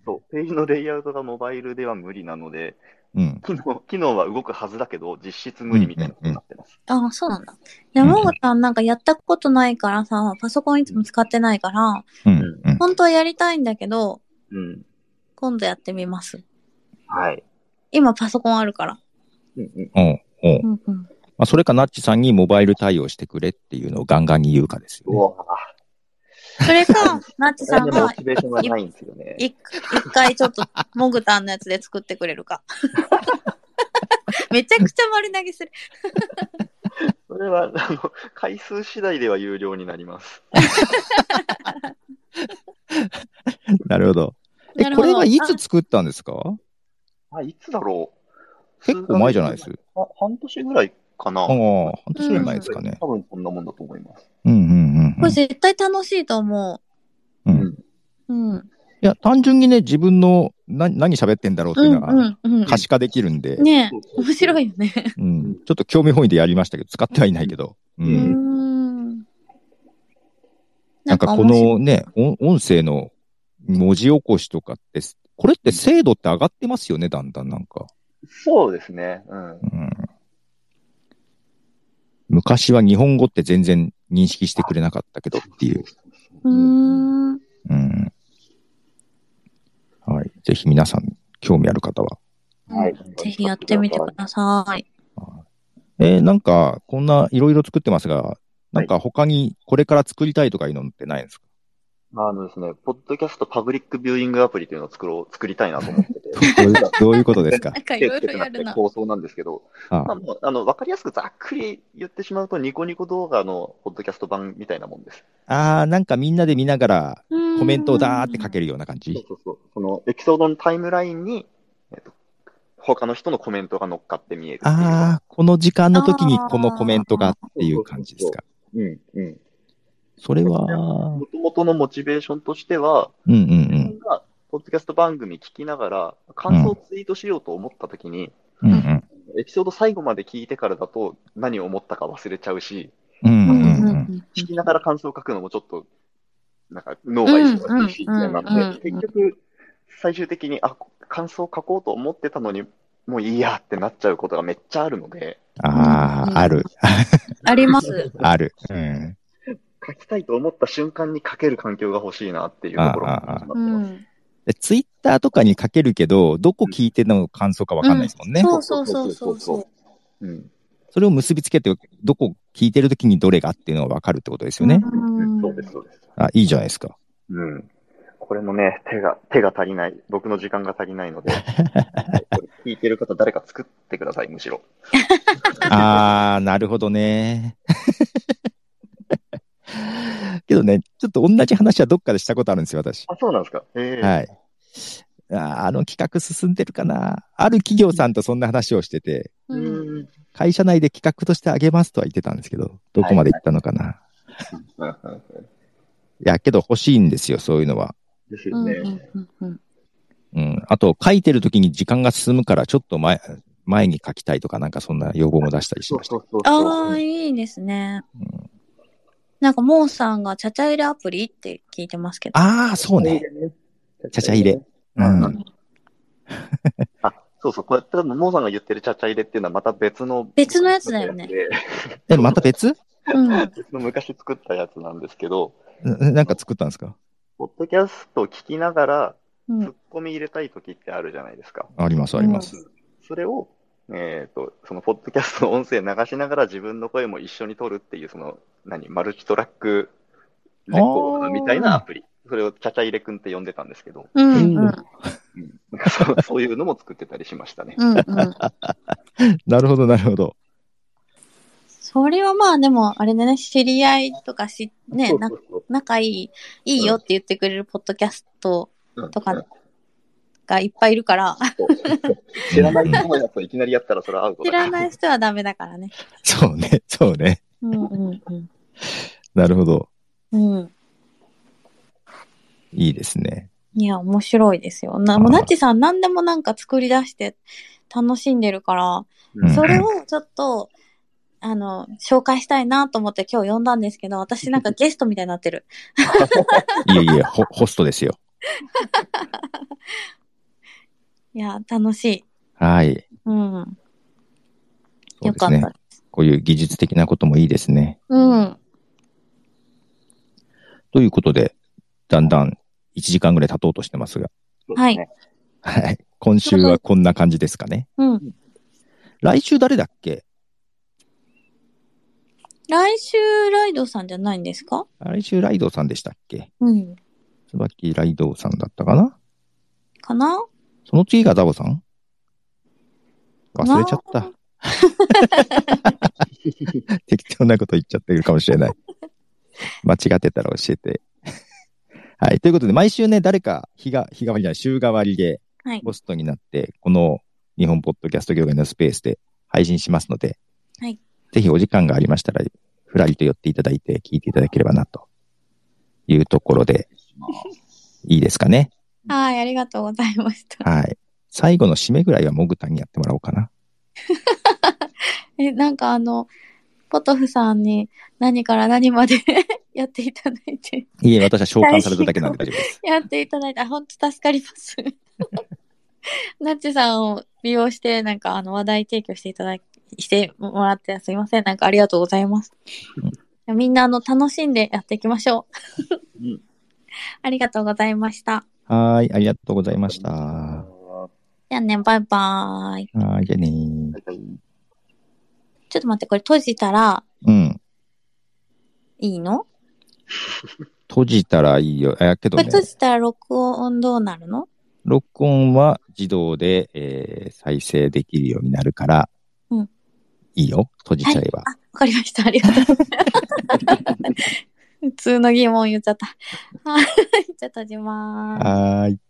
[SPEAKER 3] そう、ページのレイアウトがモバイルでは無理なので、
[SPEAKER 2] うん。
[SPEAKER 3] 機能機能は動くはずだけど、実質無理みたいなことになってます。
[SPEAKER 1] あ、そうなんだ。山本さんなんかやったことないからさ、パソコンいつも使ってないから、
[SPEAKER 2] うん。うん。
[SPEAKER 1] 本当はやりたいんだけど、
[SPEAKER 3] うん。
[SPEAKER 1] 今度やってみます。
[SPEAKER 3] はい。
[SPEAKER 1] 今パソコンあるから。
[SPEAKER 3] うんうん、
[SPEAKER 2] おうおう
[SPEAKER 1] うんうん。
[SPEAKER 2] まあ、それかナッチさんにモバイル対応してくれっていうのをガンガンに言うかですよ
[SPEAKER 3] う
[SPEAKER 2] ね。
[SPEAKER 3] わ
[SPEAKER 1] それ か、ナッチさん
[SPEAKER 3] ぁ、でもモ
[SPEAKER 1] が
[SPEAKER 3] チベーションがないんですよね。
[SPEAKER 1] 一一回ちょっと、モグタンのやつで作ってくれるか。めちゃくちゃ丸投げする。
[SPEAKER 3] それは、あの、回数次第では有料になります。
[SPEAKER 2] なるほど。え、
[SPEAKER 1] なる
[SPEAKER 2] こ
[SPEAKER 1] ほど
[SPEAKER 2] れはいつ作ったんですか
[SPEAKER 3] あ、いつだろう
[SPEAKER 2] 結構前じゃないです。
[SPEAKER 3] あ半年ぐらいかな。
[SPEAKER 2] ああ、半年ぐらい前ですかね。
[SPEAKER 3] 多分そんなもんだと思います。
[SPEAKER 2] うんうんうん
[SPEAKER 1] こ
[SPEAKER 2] うん
[SPEAKER 1] れ。絶対楽しいと思
[SPEAKER 2] う
[SPEAKER 3] うんん
[SPEAKER 1] う。うん。
[SPEAKER 2] いや、単純にね、自分のな何喋ってんだろうって
[SPEAKER 1] う
[SPEAKER 2] い
[SPEAKER 1] ん
[SPEAKER 2] うのが
[SPEAKER 1] うんうん。
[SPEAKER 2] 可視化できるんで、
[SPEAKER 1] ねえ、面白
[SPEAKER 3] い。
[SPEAKER 1] いよね。
[SPEAKER 2] うん、ちょっと興味本位でやりましたけど、使ってはいないけど。う
[SPEAKER 1] うー
[SPEAKER 2] ん
[SPEAKER 1] ん。
[SPEAKER 2] なんかこ
[SPEAKER 1] 面白い
[SPEAKER 2] のね、音音声の文字起こしとかって、これって精度って上がってますよね、だんだんなんか。
[SPEAKER 3] そうですね。うん。
[SPEAKER 2] うん、昔は日本語って全然認識してくれなかったけどっていう。
[SPEAKER 1] うーん。
[SPEAKER 2] うん、はい。ぜひ皆さん、興味ある方は。
[SPEAKER 3] はい
[SPEAKER 1] ぜひやってみてください。
[SPEAKER 2] えーなんか、こんないろいろ作ってますが、なんか他にこれから作りたいとかいうのってないんですか、
[SPEAKER 3] あのですね、ポッドキャストパブリックビューイングアプリというのを作ろう、作りたいなと思っ てて。
[SPEAKER 2] どういうどういうことですか
[SPEAKER 1] なんかい
[SPEAKER 3] 手
[SPEAKER 1] ろ
[SPEAKER 3] つ
[SPEAKER 1] い
[SPEAKER 3] け
[SPEAKER 1] ろ
[SPEAKER 3] てな
[SPEAKER 1] や
[SPEAKER 3] く
[SPEAKER 1] る
[SPEAKER 3] て
[SPEAKER 1] な。
[SPEAKER 3] 構想なんですけど、ま あ
[SPEAKER 2] あ
[SPEAKER 3] もうあの分かりやすくざっくり言ってしまうと、ニコニコ動画のポッドキャスト版みたいなもんです。
[SPEAKER 2] あー、なんかみんなで見ながらコメントをダーって書け
[SPEAKER 1] る。
[SPEAKER 2] るような感
[SPEAKER 3] そう
[SPEAKER 2] じ。
[SPEAKER 3] そうそう。そのエピソードのタイムラインに、えっと他の人のコメントが乗っかって見えるっていう。
[SPEAKER 2] ああ、この時間の時にこのコメントがっていう感じですか。
[SPEAKER 3] うんうん。
[SPEAKER 2] それは、
[SPEAKER 3] もともとのモチベーションとしては、
[SPEAKER 2] うんうんう
[SPEAKER 3] 自
[SPEAKER 2] ん
[SPEAKER 3] 分がポッドキャスト番組聞きながら、感想をツイートしようと思ったときに、
[SPEAKER 2] うんうん。
[SPEAKER 3] エピソード最後まで聞いてからだと何を思ったか忘れちゃうし、
[SPEAKER 2] うん
[SPEAKER 1] う
[SPEAKER 2] うん
[SPEAKER 1] んう
[SPEAKER 2] う
[SPEAKER 1] ん
[SPEAKER 2] うん。
[SPEAKER 1] ん
[SPEAKER 3] 聞きながら感想を書くのもちょっと、なんか脳が忙しいし、
[SPEAKER 1] うんうん
[SPEAKER 3] なんで、
[SPEAKER 1] うんうん
[SPEAKER 3] 結局、最終的に、あ、感想を書こうと思ってたのに、もういいやってなっちゃうことがめっちゃあるので、
[SPEAKER 2] ああ、ある、
[SPEAKER 1] あります。
[SPEAKER 2] ある。うん。
[SPEAKER 3] 書きたいと思った瞬間に書ける環境が欲しいなっていうところが始まって
[SPEAKER 1] う
[SPEAKER 3] ます。
[SPEAKER 1] ん。
[SPEAKER 2] でツイッターとかに書けるけど、どこ聞いての感想かわかんないですもんね。
[SPEAKER 1] そうそうそうそう
[SPEAKER 3] そ
[SPEAKER 1] そうう。
[SPEAKER 3] うん。
[SPEAKER 2] それを結びつけて、どこ聞いてるときにどれがっていうのがわかるってことですよね。
[SPEAKER 1] うん
[SPEAKER 3] そうです、そうです。
[SPEAKER 2] あ、いいじゃないです か。
[SPEAKER 3] うん。これもね、手が、手が足りない。僕の時間が足りな いので、はいこれ聞いてる方誰か作ってください、むしろ。
[SPEAKER 2] ああ、なるほどね。 けどね、ちょっと同じ話はどっかでしたことあるんですよ、私。
[SPEAKER 3] あ、そうなんですか。ええ
[SPEAKER 2] はい。ああの企画進んでるかな。ある企業さんとそんな話をしてて、
[SPEAKER 1] うん
[SPEAKER 3] うん。
[SPEAKER 2] 会社内で企画としてあげますとは言ってたんですけど、どこまで行ったのかな。いや、けど欲しいんですよ、そういうのは。
[SPEAKER 3] です
[SPEAKER 1] う
[SPEAKER 3] よ
[SPEAKER 1] んう
[SPEAKER 3] ね。
[SPEAKER 1] んうんうん。
[SPEAKER 2] うん。あと、書いてる時に時間が進むから、ちょっと前、前に書きたいとか、なんかそんな要望も出したりし
[SPEAKER 3] そ
[SPEAKER 2] ま
[SPEAKER 3] う
[SPEAKER 2] した。
[SPEAKER 3] そうそう
[SPEAKER 1] あ
[SPEAKER 3] そ
[SPEAKER 1] あ、
[SPEAKER 3] う。
[SPEAKER 1] いいですね。
[SPEAKER 2] うん
[SPEAKER 1] なんか、モーさんがちゃちゃ入れアプリって聞いてますけど。
[SPEAKER 2] ああ、そうね。。ちゃちゃ入れ。うん。
[SPEAKER 3] あ、そうそう。こうやって、モーさんが言ってるちゃちゃ入れっていうのはまた別の。
[SPEAKER 1] 別のやつだよね
[SPEAKER 3] で。
[SPEAKER 2] え、また別
[SPEAKER 1] うん。
[SPEAKER 3] 別の昔作ったやつなんですけど、
[SPEAKER 2] ななんか作ったんですか
[SPEAKER 3] ポッドキャストを聞きながら、
[SPEAKER 1] う
[SPEAKER 3] ツッ
[SPEAKER 1] ん。
[SPEAKER 3] コミ入れたい時ってあるじゃないですか。
[SPEAKER 2] あります、あります。
[SPEAKER 3] それを、えっ、と、そのポッドキャストの音声流しながら自分の声も一緒に撮るっていう、その、何、マルチトラックレコードみたいなアプリ。それをちゃちゃ入れくんって呼んでたんですけど、
[SPEAKER 1] うん。うん。うん。
[SPEAKER 3] なんか そうそういうのも作ってたりしましたね。
[SPEAKER 1] うんうん。
[SPEAKER 2] なるほど、なるほど。
[SPEAKER 1] それはまあ、でも、あれだね、知り合いとかし、ね、
[SPEAKER 3] そう
[SPEAKER 1] な
[SPEAKER 3] そうそう
[SPEAKER 1] 仲いい、いいよって言ってくれるポッドキャスト
[SPEAKER 3] うん
[SPEAKER 1] とかがいっぱいいるから、
[SPEAKER 3] そう知らない人のやつをいきなりやったらそれはアウト
[SPEAKER 1] 知
[SPEAKER 3] だから
[SPEAKER 1] ない人はダメだからね。
[SPEAKER 2] そうね、そうね。
[SPEAKER 1] うんうんうん。
[SPEAKER 2] なるほど。
[SPEAKER 1] うん。
[SPEAKER 2] いいですね。
[SPEAKER 1] いや、面白いですよ。な、もう、
[SPEAKER 2] あー
[SPEAKER 1] なっちさん何でもなんか作り出して楽しんでるから、
[SPEAKER 2] うん
[SPEAKER 1] それをちょっと、あの、紹介したいなと思って今日呼んだんですけど、私なんかゲストみたいになって る。
[SPEAKER 2] いえいえ、ホホストですよ。
[SPEAKER 1] いや、楽しい。
[SPEAKER 2] はい。
[SPEAKER 1] うん。
[SPEAKER 2] そう
[SPEAKER 1] よ
[SPEAKER 2] で
[SPEAKER 1] か
[SPEAKER 2] す
[SPEAKER 1] っ
[SPEAKER 2] ね
[SPEAKER 1] た。。
[SPEAKER 2] こういう技術的なこともいいですね。
[SPEAKER 1] うん。
[SPEAKER 2] ということで、だんだん1時間ぐらい経とうとしてますが、
[SPEAKER 1] はい。
[SPEAKER 2] はい。今週はこんな感じですかね。
[SPEAKER 1] うん。
[SPEAKER 2] 来週誰だっけ
[SPEAKER 1] 来週、ライドさんじゃないんですか
[SPEAKER 2] 来週ライドウさんでしたっけ
[SPEAKER 1] うん。
[SPEAKER 2] 椿ライドウさんだったかな
[SPEAKER 1] かな
[SPEAKER 2] その次がザボさん忘れちゃった。 適当なこと言っちゃってるかもしれない。間違ってたら教えて。はい。ということで、毎週ね、誰か日が、日替わりじゃない、週替わりで、
[SPEAKER 1] はい。
[SPEAKER 2] ホストになって、この日本ポッドキャスト業界のスペースで配信しますので、
[SPEAKER 1] はい
[SPEAKER 2] ぜひお時間がありましたら、ふらりと寄っていただいて、聞いていただければな、というところで、いいですかね。
[SPEAKER 1] はい、ありがとうございました。
[SPEAKER 2] はい。最後の締めぐらいはもぐたにやってもらおうかな。
[SPEAKER 1] え、なんかあの、ポトフさんに何から何まで やっていただいて、
[SPEAKER 2] いえ、私は召喚されただけなんで大丈夫です。
[SPEAKER 1] やっていただいて、あ、ほんと助かります。ナッチさんを利用して、なんかあの話題提供していただき、してもらってすいません。なんかありがとうございます。みんなあの、楽しんでやっていきましょう。
[SPEAKER 3] うん
[SPEAKER 1] ありがとうございました。
[SPEAKER 2] はーい。ありがとうございました。は
[SPEAKER 3] は
[SPEAKER 1] じゃあね、バイバーイ。
[SPEAKER 2] ーい。じゃあねー。
[SPEAKER 3] い
[SPEAKER 1] ちょっと待って、これ閉じたら
[SPEAKER 2] うん。
[SPEAKER 1] いいの
[SPEAKER 2] 閉じたらいいよ。え、けど
[SPEAKER 1] これ
[SPEAKER 2] ね、
[SPEAKER 1] 閉じたら録音どうなるの
[SPEAKER 2] 録音は自動で、えー再生できるようになるから、
[SPEAKER 1] うん
[SPEAKER 2] いいよ。閉じちゃえば。
[SPEAKER 1] あ、わかりました。ありがとうございます。普通の疑問言っちゃった。はい。じゃあ閉じまーす。
[SPEAKER 2] はーい。